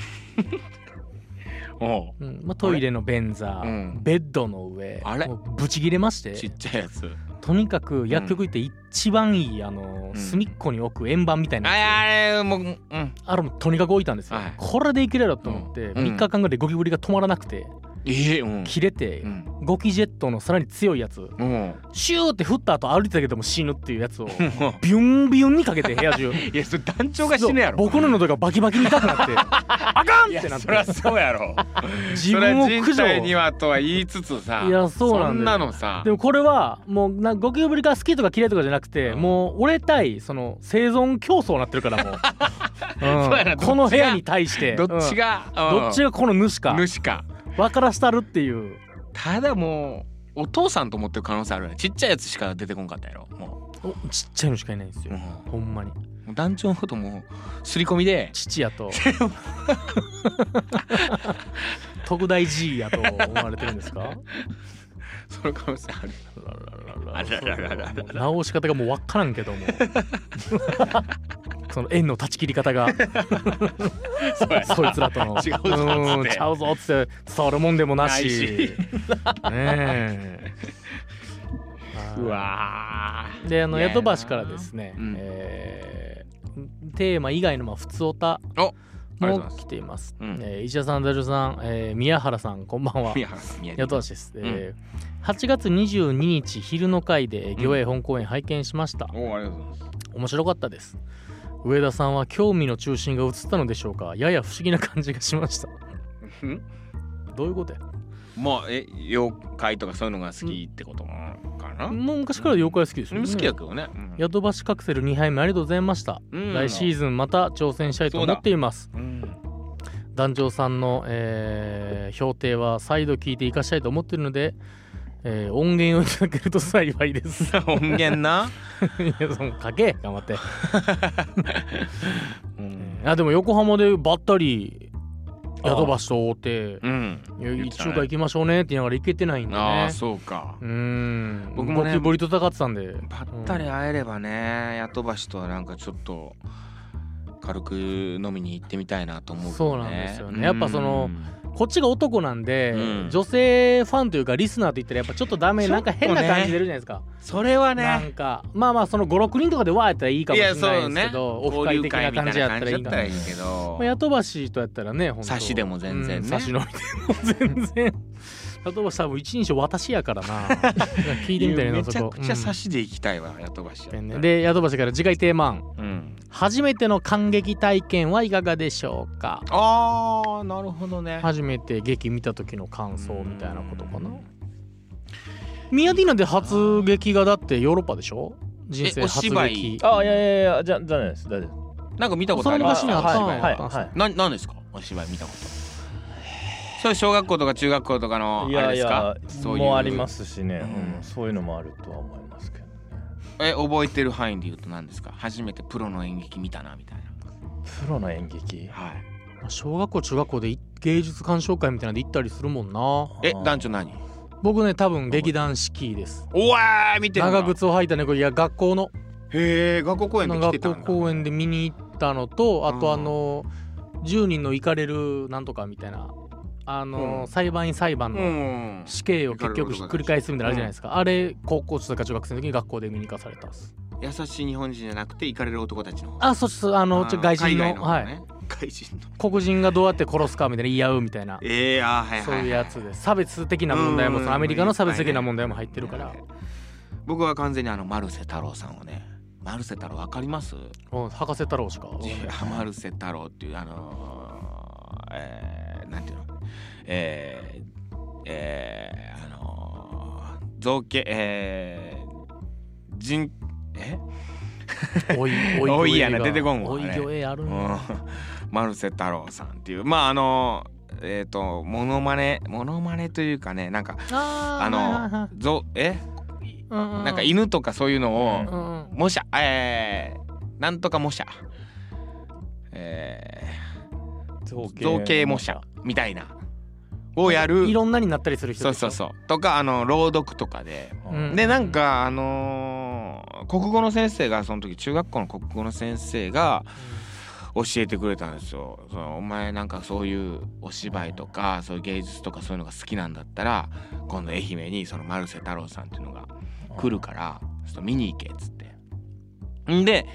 Speaker 2: おう
Speaker 3: うんまあ、トイレの便座、
Speaker 2: うん
Speaker 3: ベッドの上
Speaker 2: あれ
Speaker 3: もうブチギレまして
Speaker 2: ちっちゃいやつ
Speaker 3: とにかく薬局行って一番いいあの、
Speaker 2: うん
Speaker 3: 隅っこに置く円盤みたいなやつ
Speaker 2: あれあれもううん
Speaker 3: あれもとにかく置いたんですよ、
Speaker 2: はい
Speaker 3: これでいけるやろと思って、
Speaker 2: うん
Speaker 3: 3日間ぐらいゴキブリが止まらなくて
Speaker 2: ええうん
Speaker 3: 切れて、
Speaker 2: うん
Speaker 3: ゴキジェットのさらに強いやつ
Speaker 2: うん
Speaker 3: シューって振った後歩いてたけども死ぬっていうや つをビュンビュンにかけて部屋中
Speaker 2: いやそれ団長が死ぬやろ
Speaker 3: そう僕の喉がバキバキに痛 くなってあかんってなっ
Speaker 2: そりゃ
Speaker 3: て
Speaker 2: そうやろ
Speaker 3: 自分を
Speaker 2: そりゃ
Speaker 3: 駆
Speaker 2: 人体に
Speaker 3: 除
Speaker 2: はとは言いつつさ
Speaker 3: いやそうなんです
Speaker 2: そんなのさ
Speaker 3: でもこれはもうなゴキブリが好きとか嫌いとかじゃなくて、
Speaker 2: うん
Speaker 3: もう俺対その生存競争になってるから もう,うん、
Speaker 2: そうやなどっちが
Speaker 3: この部屋に対して
Speaker 2: どっち
Speaker 3: が、
Speaker 2: が、
Speaker 3: うんどっち
Speaker 2: が
Speaker 3: がこの主か
Speaker 2: 主か
Speaker 3: 分からしたるっていう
Speaker 2: ただもうお父さんと思ってる可能性あるねちっちゃいやつしか出てこんかったやろも
Speaker 3: おちっちゃいのしかいないんです
Speaker 2: う、うん
Speaker 3: よ、ほんまに
Speaker 2: もう団長のこともう刷り込みで
Speaker 3: 父や と特大 G やと思われてるんですか
Speaker 2: その可能性あるあららららら
Speaker 3: 直し方がもう分からん けどもその縁の断ち切り方が
Speaker 2: そうや
Speaker 3: そいつらとの
Speaker 2: 違うぞっつっ
Speaker 3: ん
Speaker 2: て
Speaker 3: ちゃうぞっつって伝わるもんでもなし
Speaker 2: ないし
Speaker 3: ねえはいう
Speaker 2: わ
Speaker 3: であの
Speaker 2: いやいや
Speaker 3: 宿橋からですね、
Speaker 2: うん
Speaker 3: えーテーマ以外のまあ普通おた
Speaker 2: おありがとうござい
Speaker 3: も
Speaker 2: ます
Speaker 3: 来ています
Speaker 2: うん
Speaker 3: えー石田さん大丈夫さん、えー宮原さんこんばんは
Speaker 2: ー宮原さん宮
Speaker 3: 宿
Speaker 2: 城
Speaker 3: 橋です、えー8月22日昼の会で魚影本公演拝見しました、
Speaker 2: おありがとうございます
Speaker 3: 面白かったです上田さんは興味の中心が移ったのでしょうかやや不思議な感じがしました
Speaker 2: うん
Speaker 3: どういうことや
Speaker 2: もうえ妖怪とかそういうのが好きってことかな、
Speaker 3: もう昔から妖怪好きですよね
Speaker 2: 好きやけどね、うん
Speaker 3: 宿橋カプセル2杯目ありがとうございました、
Speaker 2: うん
Speaker 3: 来シーズンまた挑戦したいと思っています
Speaker 2: うん
Speaker 3: 団長さんの、えー、評定は再度聞いて生かしたいと思っているので、えー音源をいただけると幸いです い
Speaker 2: 音源な、
Speaker 3: やそのかけ頑張って
Speaker 2: うん
Speaker 3: あでも横浜でばったり宿橋と会うて
Speaker 2: うん
Speaker 3: いや
Speaker 2: 言って
Speaker 3: 一
Speaker 2: た
Speaker 3: 週
Speaker 2: ね
Speaker 3: 間行きましょうねって言いながら行けてないんで
Speaker 2: あ
Speaker 3: ね
Speaker 2: あそうか
Speaker 3: うーん
Speaker 2: 僕もね
Speaker 3: ゴキブリと戦ってたんで
Speaker 2: ばったり会えればねヤトバシとはなんかちょっと軽く飲みに行ってみたいなと思うけど、ね、
Speaker 3: そうなんですよねやっぱそのこっちが男なんで、
Speaker 2: うん
Speaker 3: 女性ファンというかリスナーと言ったらやっぱちょっとダメ
Speaker 2: ちょ
Speaker 3: な
Speaker 2: っ
Speaker 3: ん
Speaker 2: とね
Speaker 3: か変な感じ出るじゃないですか、
Speaker 2: それは
Speaker 3: な
Speaker 2: ね
Speaker 3: んかまあまあその56人とかでわーやったらいいかもしれないですけど、オフ
Speaker 2: 交
Speaker 3: 会
Speaker 2: 流
Speaker 3: 的
Speaker 2: 会
Speaker 3: な
Speaker 2: みたい
Speaker 3: 感
Speaker 2: な
Speaker 3: じやった
Speaker 2: 感
Speaker 3: ら
Speaker 2: じ
Speaker 3: い
Speaker 2: だっ
Speaker 3: いか
Speaker 2: たらいい
Speaker 3: な
Speaker 2: けど
Speaker 3: まあ、ヤトバシとやったらね本当
Speaker 2: 差しでも全然ね
Speaker 3: うん差し伸びても全 然ヤトバシ多分一人称私やからな聞いてみたいな
Speaker 2: めちゃくちゃ差
Speaker 3: し、
Speaker 2: しで行きたいわヤトバシやっ
Speaker 3: う
Speaker 2: たら
Speaker 3: んでヤトバシから次回テーマ案
Speaker 2: うん
Speaker 3: 初めての感激体験はいかがでしょうか
Speaker 2: あーなるほどね
Speaker 3: 初めて劇見た時の感想みたいなことかなミヤディーナで初劇がだってヨーロッパでしょ人生
Speaker 2: えお
Speaker 3: 初
Speaker 2: 芝居
Speaker 3: 劇
Speaker 1: あいやいやいやじゃ残念です大丈夫で
Speaker 2: なんか見たこと
Speaker 3: そ
Speaker 2: あ
Speaker 3: の
Speaker 2: ります
Speaker 3: 昔にあっ
Speaker 1: あ
Speaker 3: た
Speaker 1: そ
Speaker 3: の
Speaker 1: うはいはいはい
Speaker 2: ななんですかお芝居見たことそれ小学校とか中学校とかの
Speaker 1: すい
Speaker 2: あ
Speaker 1: や
Speaker 2: れ
Speaker 1: い
Speaker 2: です
Speaker 1: や
Speaker 2: かそういう
Speaker 1: もうありますしね、
Speaker 2: うん
Speaker 1: うんそういうのもあるとは思いますけどね
Speaker 2: え覚えてる範囲で言うと何ですか初めてプロの演劇見たなみたい
Speaker 1: プロの演劇
Speaker 2: なはい
Speaker 3: 小学校中学校でい芸術鑑賞会みたいなので行ったりするもんな
Speaker 2: え
Speaker 1: あー
Speaker 2: 団長何
Speaker 3: 僕ね多分劇団四季です
Speaker 2: おわー見てる
Speaker 3: 長靴を履いた猫いや学校の
Speaker 2: へえ学校公演で来て
Speaker 3: 学
Speaker 2: た
Speaker 3: 校
Speaker 2: んだ
Speaker 3: 公演で見に行ったのとあ
Speaker 2: うん
Speaker 3: とあの10人の行かれるなんとかみたいなあの、
Speaker 2: うん
Speaker 3: 裁判員裁判の、
Speaker 2: うん
Speaker 3: 死刑を結局ひっくり返すみたいなのあるじゃないですか、あれ高校生とか中学生の時に学校で見に行かされたっす
Speaker 2: 優しい日本人じゃなくて行かれる男たちの
Speaker 3: あそうそうあのちょっと外人
Speaker 2: 海
Speaker 3: の
Speaker 2: 外の方
Speaker 3: はい
Speaker 2: ね外人の
Speaker 3: 黒人がどうやって殺すかみたいな言い合うみたいな
Speaker 2: ええあーはいはい
Speaker 3: そう
Speaker 2: はい
Speaker 3: いうやつで差別的な問題も
Speaker 2: うん
Speaker 3: そのアメリカの差別的な問題も入ってるから
Speaker 2: 僕は完全にあのマルセ太郎さんをねマルセ太郎わかります
Speaker 3: うん博士太郎しか
Speaker 2: いやマルセ太郎っていうあのーえー、なんていうのえー、えー、あのー、造形えー、人え
Speaker 3: おい
Speaker 2: おい
Speaker 3: 魚影
Speaker 2: やな
Speaker 3: が
Speaker 2: 出てこんわ
Speaker 3: おい
Speaker 2: あれ
Speaker 3: 魚影ある
Speaker 2: うんん
Speaker 3: や
Speaker 2: マルセ太郎さんっていうまああのー、えっ、ー、とモノマネモノマネというかねなんかあの
Speaker 3: あ
Speaker 2: ぞえ
Speaker 3: の
Speaker 2: なんか犬とかそういうのを、
Speaker 1: うん
Speaker 2: 模写えー、なんとか模写え
Speaker 1: 造
Speaker 2: ー、造形模写みたいなをやる
Speaker 3: いろんなになったりする人
Speaker 2: そうそうそうとかあの朗読とかで
Speaker 3: うん
Speaker 2: でなんかあのー国語の先生がその時中学校の国語の先生が教えてくれたんですよそのお前なんかそういうお芝居とかそういう芸術とかそういうのが好きなんだったら今度愛媛にその丸瀬太郎さんっていうのが来るからちょっと見に行けっつってんで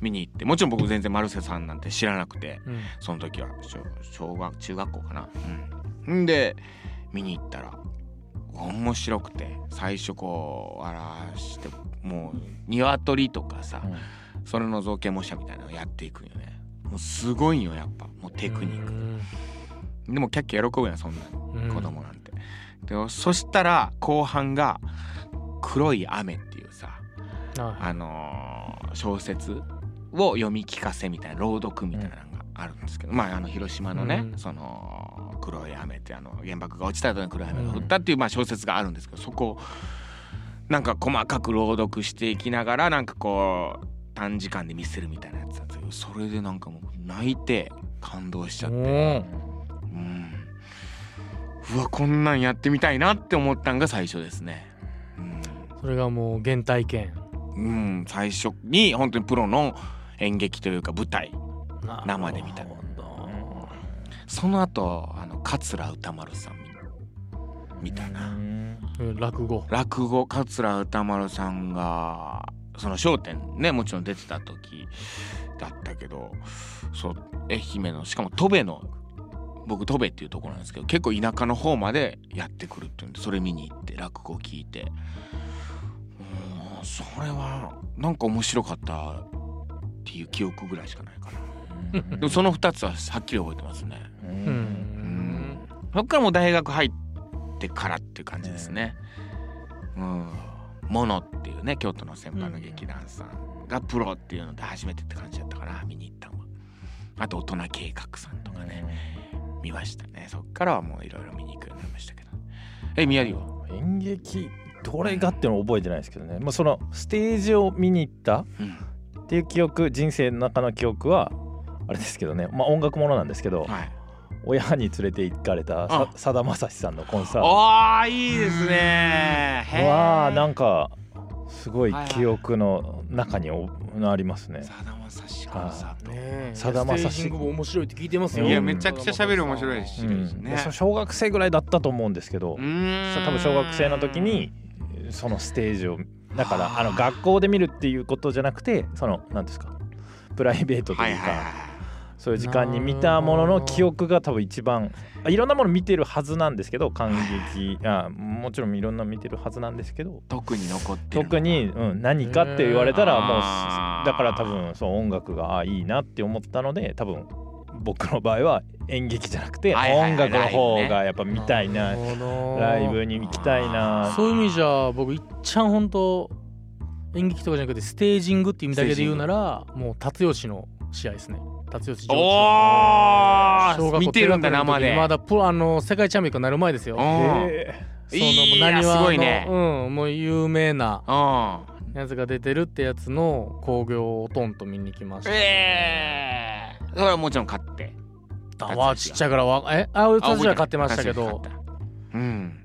Speaker 2: 見に行ってもちろん僕全然丸瀬さんなんて知らなくて
Speaker 3: うん
Speaker 2: その時は小小学中学校かなうんんで見に行ったら面白くて最初こうあらしてもう鶏とかさ、
Speaker 1: うん
Speaker 2: それの造形模写みたいなのをやっていくんよねもうすごいんよやっぱもうテクニックでもキャッキャ喜ぶやんそんなの
Speaker 3: うん
Speaker 2: 子供なんて、でもそしたら後半が「黒い雨」っていうさ
Speaker 3: は
Speaker 2: あのー小説を読み聞かせみたいな朗読みたいなのがあるんですけど、まああの広島のね、
Speaker 3: うん
Speaker 2: その黒い雨ってあの原爆が落ちた後に黒い雨が降ったっていうまあ小説があるんですけどそこをなんか細かく朗読していきながらなんかこう短時間で見せるみたいなやつなんですけどそれでなんかもう泣いて感動しち
Speaker 3: い
Speaker 2: ゃって、
Speaker 3: おー
Speaker 2: うん、うわこんなんやってみたいなって思ったんが最初ですね。うん
Speaker 3: それがもう原体験
Speaker 2: うん、最初に本当にプロの演劇というか舞台
Speaker 3: な
Speaker 2: 生で見た
Speaker 3: なる
Speaker 1: う
Speaker 3: ほ
Speaker 1: ん
Speaker 3: ど
Speaker 2: その後あの桂歌丸さん見たな
Speaker 3: うん落語
Speaker 2: 落語桂歌丸さんがその『笑点』ねもちろん出てた時だったけどそう愛媛のしかも戸部の僕戸部っていうところなんですけど結構田舎の方までやってくるっていうんでそれ見に行って落語聞いてうんそれはなんか面白かったっていう記憶ぐらいしかないかな。
Speaker 1: うん
Speaker 2: でもその2つははっきり覚えてますね。
Speaker 1: う
Speaker 3: うん
Speaker 2: うん
Speaker 3: ん
Speaker 2: そっからもう大学入ってからっていう感じですね。うん。モノっていうね京都の先輩の劇団さんがプロっていうので初めてって感じだったから見に行ったのは。あと大人計画さんとかね見ましたね。そっからはもういろいろ見に行くようになりましたけど。え宮城は。
Speaker 1: 演劇どれがっていうのを覚えてないですけどね、まあ、そのステージを見に行った
Speaker 2: うん。
Speaker 1: っていう記憶人生の中の記憶はあれですけどね、まあ、音楽ものなんですけど
Speaker 2: はい。
Speaker 1: 親に連れて行かれたさ
Speaker 2: あ
Speaker 1: さだまさしさんのコンサート
Speaker 2: ああいいですね。へー
Speaker 1: はなんかすごい記憶の中におありますね。
Speaker 2: さだまさしコンサート。
Speaker 3: ねえ
Speaker 1: さだまさし
Speaker 3: ステージングも面白いって聞いてますよ
Speaker 2: いやめちゃくちゃ喋る面白いし面
Speaker 1: う
Speaker 2: 白いです
Speaker 1: ん、
Speaker 2: ね
Speaker 1: でそ小学生ぐらいだったと思うんですけど、
Speaker 2: うーん
Speaker 1: 多分小学生の時にそのステージをだか
Speaker 2: は
Speaker 1: ら
Speaker 2: あ
Speaker 1: あの学校で見るっていうことじゃなくてその何ですかプライベートと
Speaker 2: はい
Speaker 1: いう
Speaker 2: はい
Speaker 1: か
Speaker 2: は
Speaker 1: そういう時間に見たものの記憶が多分一番あいろんなもの見てるはずなんですけど感激あもちろんいろんな見てるはずなんですけど
Speaker 2: い特に残ってる
Speaker 1: 特に、うん、何かって言われたら
Speaker 2: うん
Speaker 1: もう
Speaker 2: あー
Speaker 1: だから多分そう音楽があいいなって思ったので多分僕の場合は演劇じゃなくて
Speaker 2: はいはい
Speaker 1: 音
Speaker 2: はい
Speaker 1: 楽の
Speaker 2: ライ
Speaker 1: 方
Speaker 2: ブね
Speaker 1: がやっぱ見たいな
Speaker 3: るほど
Speaker 1: ライブに行きたいな
Speaker 3: そういう意味じゃ僕いっちゃん本当演劇とかじゃなくてステージングっていう意味だけで言うならもう辰吉の試合ですね辰吉
Speaker 2: お
Speaker 3: 上智
Speaker 2: お見てるんだ生で
Speaker 3: まだプロあの世界チャンピオンになる前ですよ
Speaker 2: うん
Speaker 1: え
Speaker 3: その
Speaker 2: いや
Speaker 3: なにわ
Speaker 2: す
Speaker 3: の
Speaker 2: ごいね
Speaker 3: うんもう有名な
Speaker 2: う
Speaker 3: やつが出てるってやつの興行をトンと見に来まし
Speaker 2: ん
Speaker 3: た
Speaker 2: ええそれはもちろん買って
Speaker 3: だわちっちゃいからわえあ俺たちは買ってましたけ
Speaker 2: あ
Speaker 3: ど
Speaker 2: 覚えてる買ったうん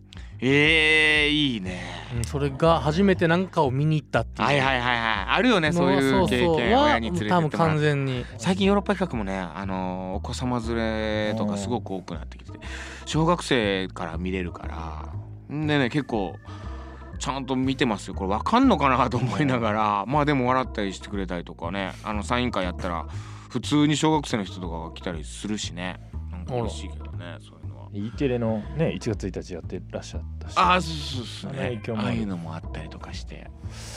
Speaker 2: ええいいね
Speaker 3: うんそれが初めてなんかを見に行ったっていう
Speaker 2: はいはいはいはいあるよねそういう経験親に連れてって
Speaker 3: 多
Speaker 2: も
Speaker 3: 分
Speaker 2: らっ
Speaker 3: 完全に
Speaker 2: 最近ヨーロッパ企画もね、あのーお子様連れとかすごく多くなってきてて小学生から見れるからんでね結構ちゃんと見てますよこれわかんのかなと思いながらまあでも笑ったりしてくれたりとかねあのサイン会やったら普通に小学生の人とかが来たりするしねなんか嬉しいけどねそういうのは。
Speaker 1: E テレのね1月1日やってらっしゃったし
Speaker 2: ああそうそうそう
Speaker 1: あの
Speaker 2: ね
Speaker 1: 影響も
Speaker 2: あ
Speaker 1: あ
Speaker 2: あ
Speaker 1: る
Speaker 2: いうのもあったりとかして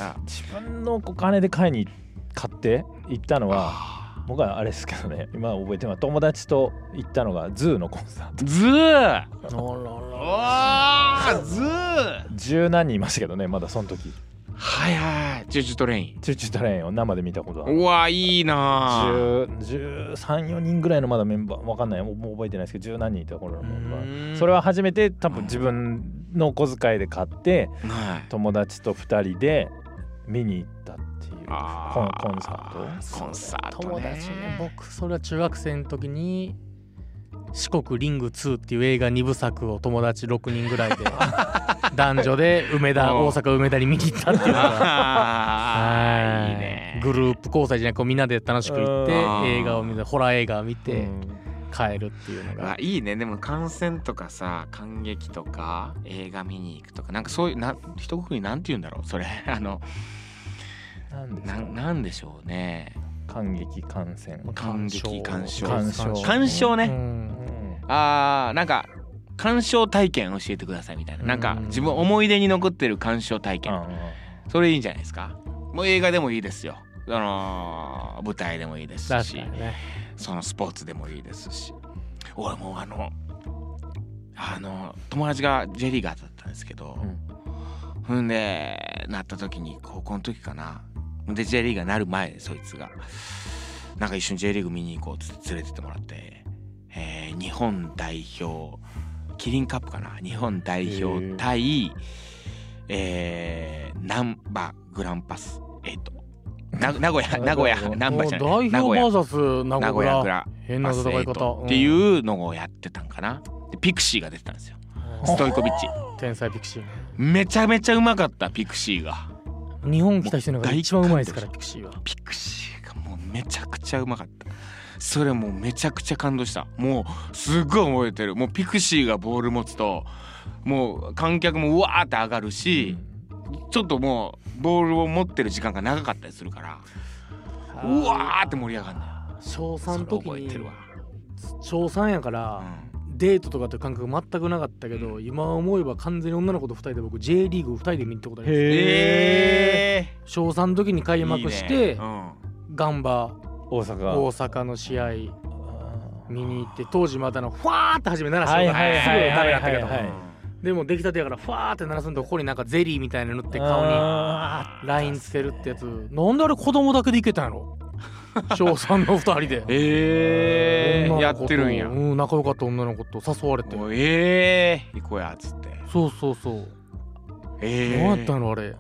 Speaker 2: あ
Speaker 1: 自分のお金で買いに買って行ったのは
Speaker 2: あ
Speaker 1: 僕はあれですけどね今は覚えてます友達と行ったのがズーのコンサート
Speaker 2: ズー
Speaker 3: あらら
Speaker 2: わーズー
Speaker 1: 十何人いましたけどねまだその時
Speaker 2: はいはいジュジュトレイン
Speaker 1: チューチュートレインを生で見たことは
Speaker 2: うわいいなあ
Speaker 1: 134人ぐらいのまだメンバーわかんないもうもう覚えてないですけど十何人いた頃のメンバー
Speaker 3: うん
Speaker 1: それは初めて多分自分のお小遣いで買って
Speaker 2: はい
Speaker 1: 友達と2人で見に行ったっていうコンコンサート
Speaker 2: トコンサートね
Speaker 3: 友達ね僕それは中学生の時に「四国リング2」っていう映画2部作を友達6人 ぐらいで男女で梅田
Speaker 2: おう
Speaker 3: 大阪梅田に見に行ったっていうのが
Speaker 2: あー
Speaker 3: はい
Speaker 2: いいね
Speaker 3: グループ交際じゃなくこうみんなで楽しく行って
Speaker 2: うん
Speaker 3: 映画を見てホラー映画を見
Speaker 1: う
Speaker 3: て
Speaker 1: ん
Speaker 3: 帰るっていうの
Speaker 2: あ
Speaker 3: が
Speaker 2: いいねでも観戦とかさ観劇とか映画見に行くとかなんかそういうな一括りなんて言うんだろうそれ あの
Speaker 1: なんです
Speaker 2: な
Speaker 1: か
Speaker 2: んなんでしょうね
Speaker 1: 感激感染
Speaker 2: 感激鑑賞
Speaker 1: 鑑賞
Speaker 2: 鑑賞
Speaker 3: う
Speaker 2: ね、
Speaker 3: ん
Speaker 2: あーなんか鑑賞体験教えてくださいみたいななんか
Speaker 3: うん
Speaker 2: 自分思い出に残ってる鑑賞体験
Speaker 1: あ
Speaker 2: それいいんじゃないですかもう映画でもいいですよあのー舞台でもいいです
Speaker 3: 確
Speaker 2: し
Speaker 3: かにね
Speaker 2: そのスポーツでもいいですし俺もうあのあの友達が J リーガーだったんですけど、
Speaker 1: うん
Speaker 2: ほんでなった時に高校の時かなで J リーガーなる前そいつがなんか一緒に J リーグ見に行こうっつって連れてってもらって、えー日本代表キリンカップかな日本代表対、えー、ナンバグランパスえっとな名古屋名古屋ナンバじゃない
Speaker 3: もう
Speaker 2: 名
Speaker 3: 代
Speaker 2: 古
Speaker 3: 表
Speaker 2: 屋
Speaker 3: VS
Speaker 2: 名
Speaker 3: 名古
Speaker 2: 古屋
Speaker 3: 屋
Speaker 2: グラ
Speaker 3: 変な
Speaker 2: パス
Speaker 3: 戦い方
Speaker 2: 8っていうのをやってたんかなでピクシーが出てたんですよストイコビッチ
Speaker 3: 天才ピクシーね
Speaker 2: めちゃめちゃうまかったピクシーが
Speaker 3: 日本来た人のが一番うまいですから
Speaker 2: も
Speaker 3: ピクシーは
Speaker 2: ピクシーがもうめちゃくちゃうまかったそれもうめちゃくちゃ感動したもうすっごい覚えてるもうピクシーがボール持つともう観客もうわーって上がるし、ちょっともうボールを持ってる時間が長かったりするからうわーって盛り上がるんだよ
Speaker 3: 小3
Speaker 2: それ
Speaker 3: の時
Speaker 2: 覚え
Speaker 3: に
Speaker 2: てるわ、
Speaker 3: 小3やか
Speaker 2: う
Speaker 3: ら
Speaker 2: ん
Speaker 3: デートとかっていう感覚全くなかったけど、今思えば完全に女の子と2人で僕 J リーグ2人で見に行ったことあります
Speaker 1: へー
Speaker 2: え
Speaker 3: 小3の時に開
Speaker 2: ー
Speaker 3: 幕して
Speaker 2: いいねうん
Speaker 3: ガンバ
Speaker 1: 大阪
Speaker 3: 大阪の試合
Speaker 1: あー
Speaker 3: 見に行って当時まだのファーって始め鳴らし
Speaker 1: は
Speaker 3: て
Speaker 1: い
Speaker 3: すぐ
Speaker 1: はいはい
Speaker 3: ダメだったけ
Speaker 1: はいはいはい
Speaker 3: どでも出来たてやからファーって鳴らすんとここになんかゼリーみたいなの塗って顔に
Speaker 1: あ
Speaker 3: ラインつけるってやつなんであれ子供だけでいけたんやろ小3の2人で
Speaker 2: え
Speaker 3: 女
Speaker 2: ー、
Speaker 3: の子
Speaker 2: や
Speaker 3: と
Speaker 2: ってるんや。
Speaker 3: うん仲良かった女の子と誘われて
Speaker 2: もうえー、行こうやっつって。
Speaker 3: そうそうそう
Speaker 2: えー、
Speaker 3: 何やったのあれ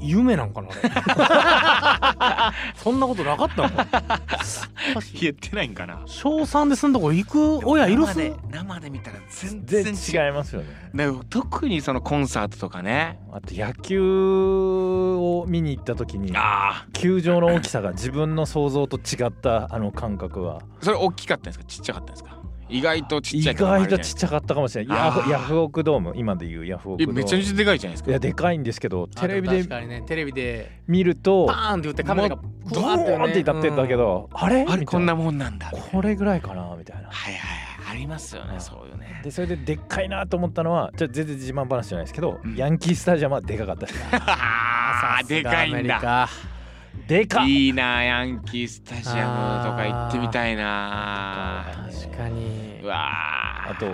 Speaker 3: 夢なんかなあれ そんなことなかったの
Speaker 2: 言ってないんかな。
Speaker 3: 小3で住んだ子行く親いるっす
Speaker 2: 生で生で見たら全
Speaker 1: ー
Speaker 2: 然
Speaker 1: 全
Speaker 2: 違
Speaker 1: 然
Speaker 2: う。
Speaker 1: 違いますよね
Speaker 2: だから特にそのコンサートとかね。
Speaker 1: あと野球を見に行った時に
Speaker 2: ああ、
Speaker 1: 球場の大きさが自分の想像と違ったあの感覚は
Speaker 2: それ大きかったんですか、ちっちゃかったんですか。意外とちっ
Speaker 1: 意
Speaker 2: ちゃいこともあるじゃ
Speaker 1: 外と
Speaker 2: ない
Speaker 1: ちっちゃかったかもしれないヤ
Speaker 2: あ
Speaker 1: フ
Speaker 2: ー
Speaker 1: ヤフオクドーム今で言うヤフオク
Speaker 2: え
Speaker 1: ドーム
Speaker 2: めちゃめちゃでかいじゃないです
Speaker 1: い
Speaker 2: か。
Speaker 1: やでかいんですけどテレビ
Speaker 3: あ
Speaker 1: で
Speaker 3: 確かにねテレビで
Speaker 1: 見ると
Speaker 3: パーンって言ってカメラが
Speaker 1: ドーンってなってんだけ、ど、あれ
Speaker 2: あれ
Speaker 1: みたい
Speaker 2: こんなもんなんだ。
Speaker 1: これぐらいかなみたいな
Speaker 2: はいはいはいありますよね、そういう ね。
Speaker 1: でそれででっかいなと思ったのはちょっと全然自慢話じゃないですけど、
Speaker 2: うん
Speaker 1: ヤンキースタジアムはでかかったです
Speaker 2: ああ、でかいんだ。
Speaker 3: だ
Speaker 1: でかっ
Speaker 2: いいなヤンキースタジアムとか行ってみたいな
Speaker 1: あ
Speaker 3: 確かに
Speaker 2: うわ
Speaker 1: あと、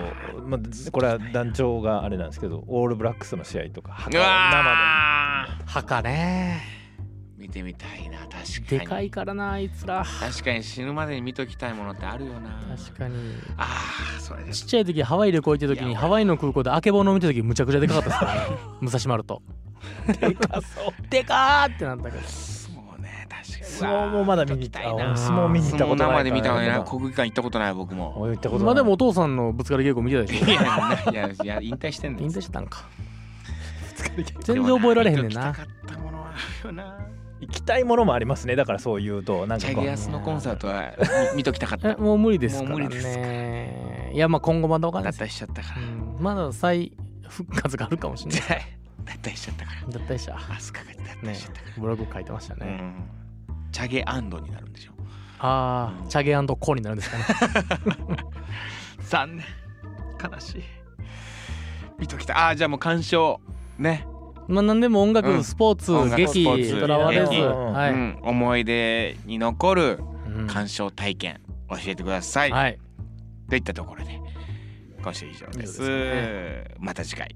Speaker 1: まあ、これは団長があれなんですけどオールブラックスの試合とか
Speaker 2: う
Speaker 1: 生
Speaker 2: わー
Speaker 3: 墓ね
Speaker 2: 見てみたいな確かに
Speaker 3: でかいからなあいつら
Speaker 2: 確かに死ぬまでに見ときたいものってあるよな
Speaker 3: 確かに
Speaker 2: ああそれです
Speaker 3: ちっちゃい時ハワイ旅行行った時
Speaker 2: い
Speaker 3: に
Speaker 2: や
Speaker 3: ハワイの空港であけぼの見た時むちゃくちゃでかかったですからね武蔵丸と
Speaker 1: ででかそう
Speaker 3: でかーってなったけど
Speaker 2: そうね確かに
Speaker 1: 相撲もまだ見に行った
Speaker 2: うわー見と
Speaker 1: あ
Speaker 2: き
Speaker 1: 相撲見に行っ
Speaker 2: た
Speaker 1: た
Speaker 2: いな相撲
Speaker 1: ことない
Speaker 2: 生で見たことない
Speaker 1: こ
Speaker 2: 国技館行ったことない僕も
Speaker 1: 行ったことない
Speaker 3: まあでもお父さんのぶつかり稽古見てたでし
Speaker 2: い やいやいや引退してん
Speaker 3: ょ
Speaker 2: だ
Speaker 3: 引
Speaker 2: よ
Speaker 3: 退したんか全然覚えられへんね
Speaker 2: 見と
Speaker 3: んな
Speaker 2: きたかったものはあるよな
Speaker 1: 行きたいものもありますねだからそう言うとなん
Speaker 2: チ
Speaker 1: か
Speaker 2: ャ
Speaker 1: こう
Speaker 2: ゲアスのコンサートは見見ときたかっ
Speaker 3: え
Speaker 2: た
Speaker 3: もう無理ですか
Speaker 2: もう
Speaker 3: ら
Speaker 2: 無理です
Speaker 3: ねいやまあ今後まだわかんな
Speaker 2: 脱
Speaker 3: いです
Speaker 2: 退しちゃったから
Speaker 3: うんまだ再復活があるかもしれない
Speaker 2: 脱退しちゃったから
Speaker 3: だったでした
Speaker 2: アスカが脱退
Speaker 3: ね
Speaker 2: しちゃったか
Speaker 3: ブログ書いてましたね
Speaker 2: ら、うんチャゲアンドになるんでしょ
Speaker 3: ああチャゲコになるんですかね
Speaker 2: 残念悲しい見ときたあーじゃあもう鑑賞ね、
Speaker 3: まあ何でも音楽、
Speaker 2: うん
Speaker 3: スポーツ
Speaker 2: 音楽
Speaker 3: 劇
Speaker 2: スポー
Speaker 3: に
Speaker 2: ツ
Speaker 3: とらわれず
Speaker 1: 劇
Speaker 3: はい、
Speaker 2: うん、思い出に残る
Speaker 3: うん
Speaker 2: 鑑賞体験教えてください、
Speaker 3: はい
Speaker 2: といったところで今週以上です
Speaker 3: 以上
Speaker 2: また次回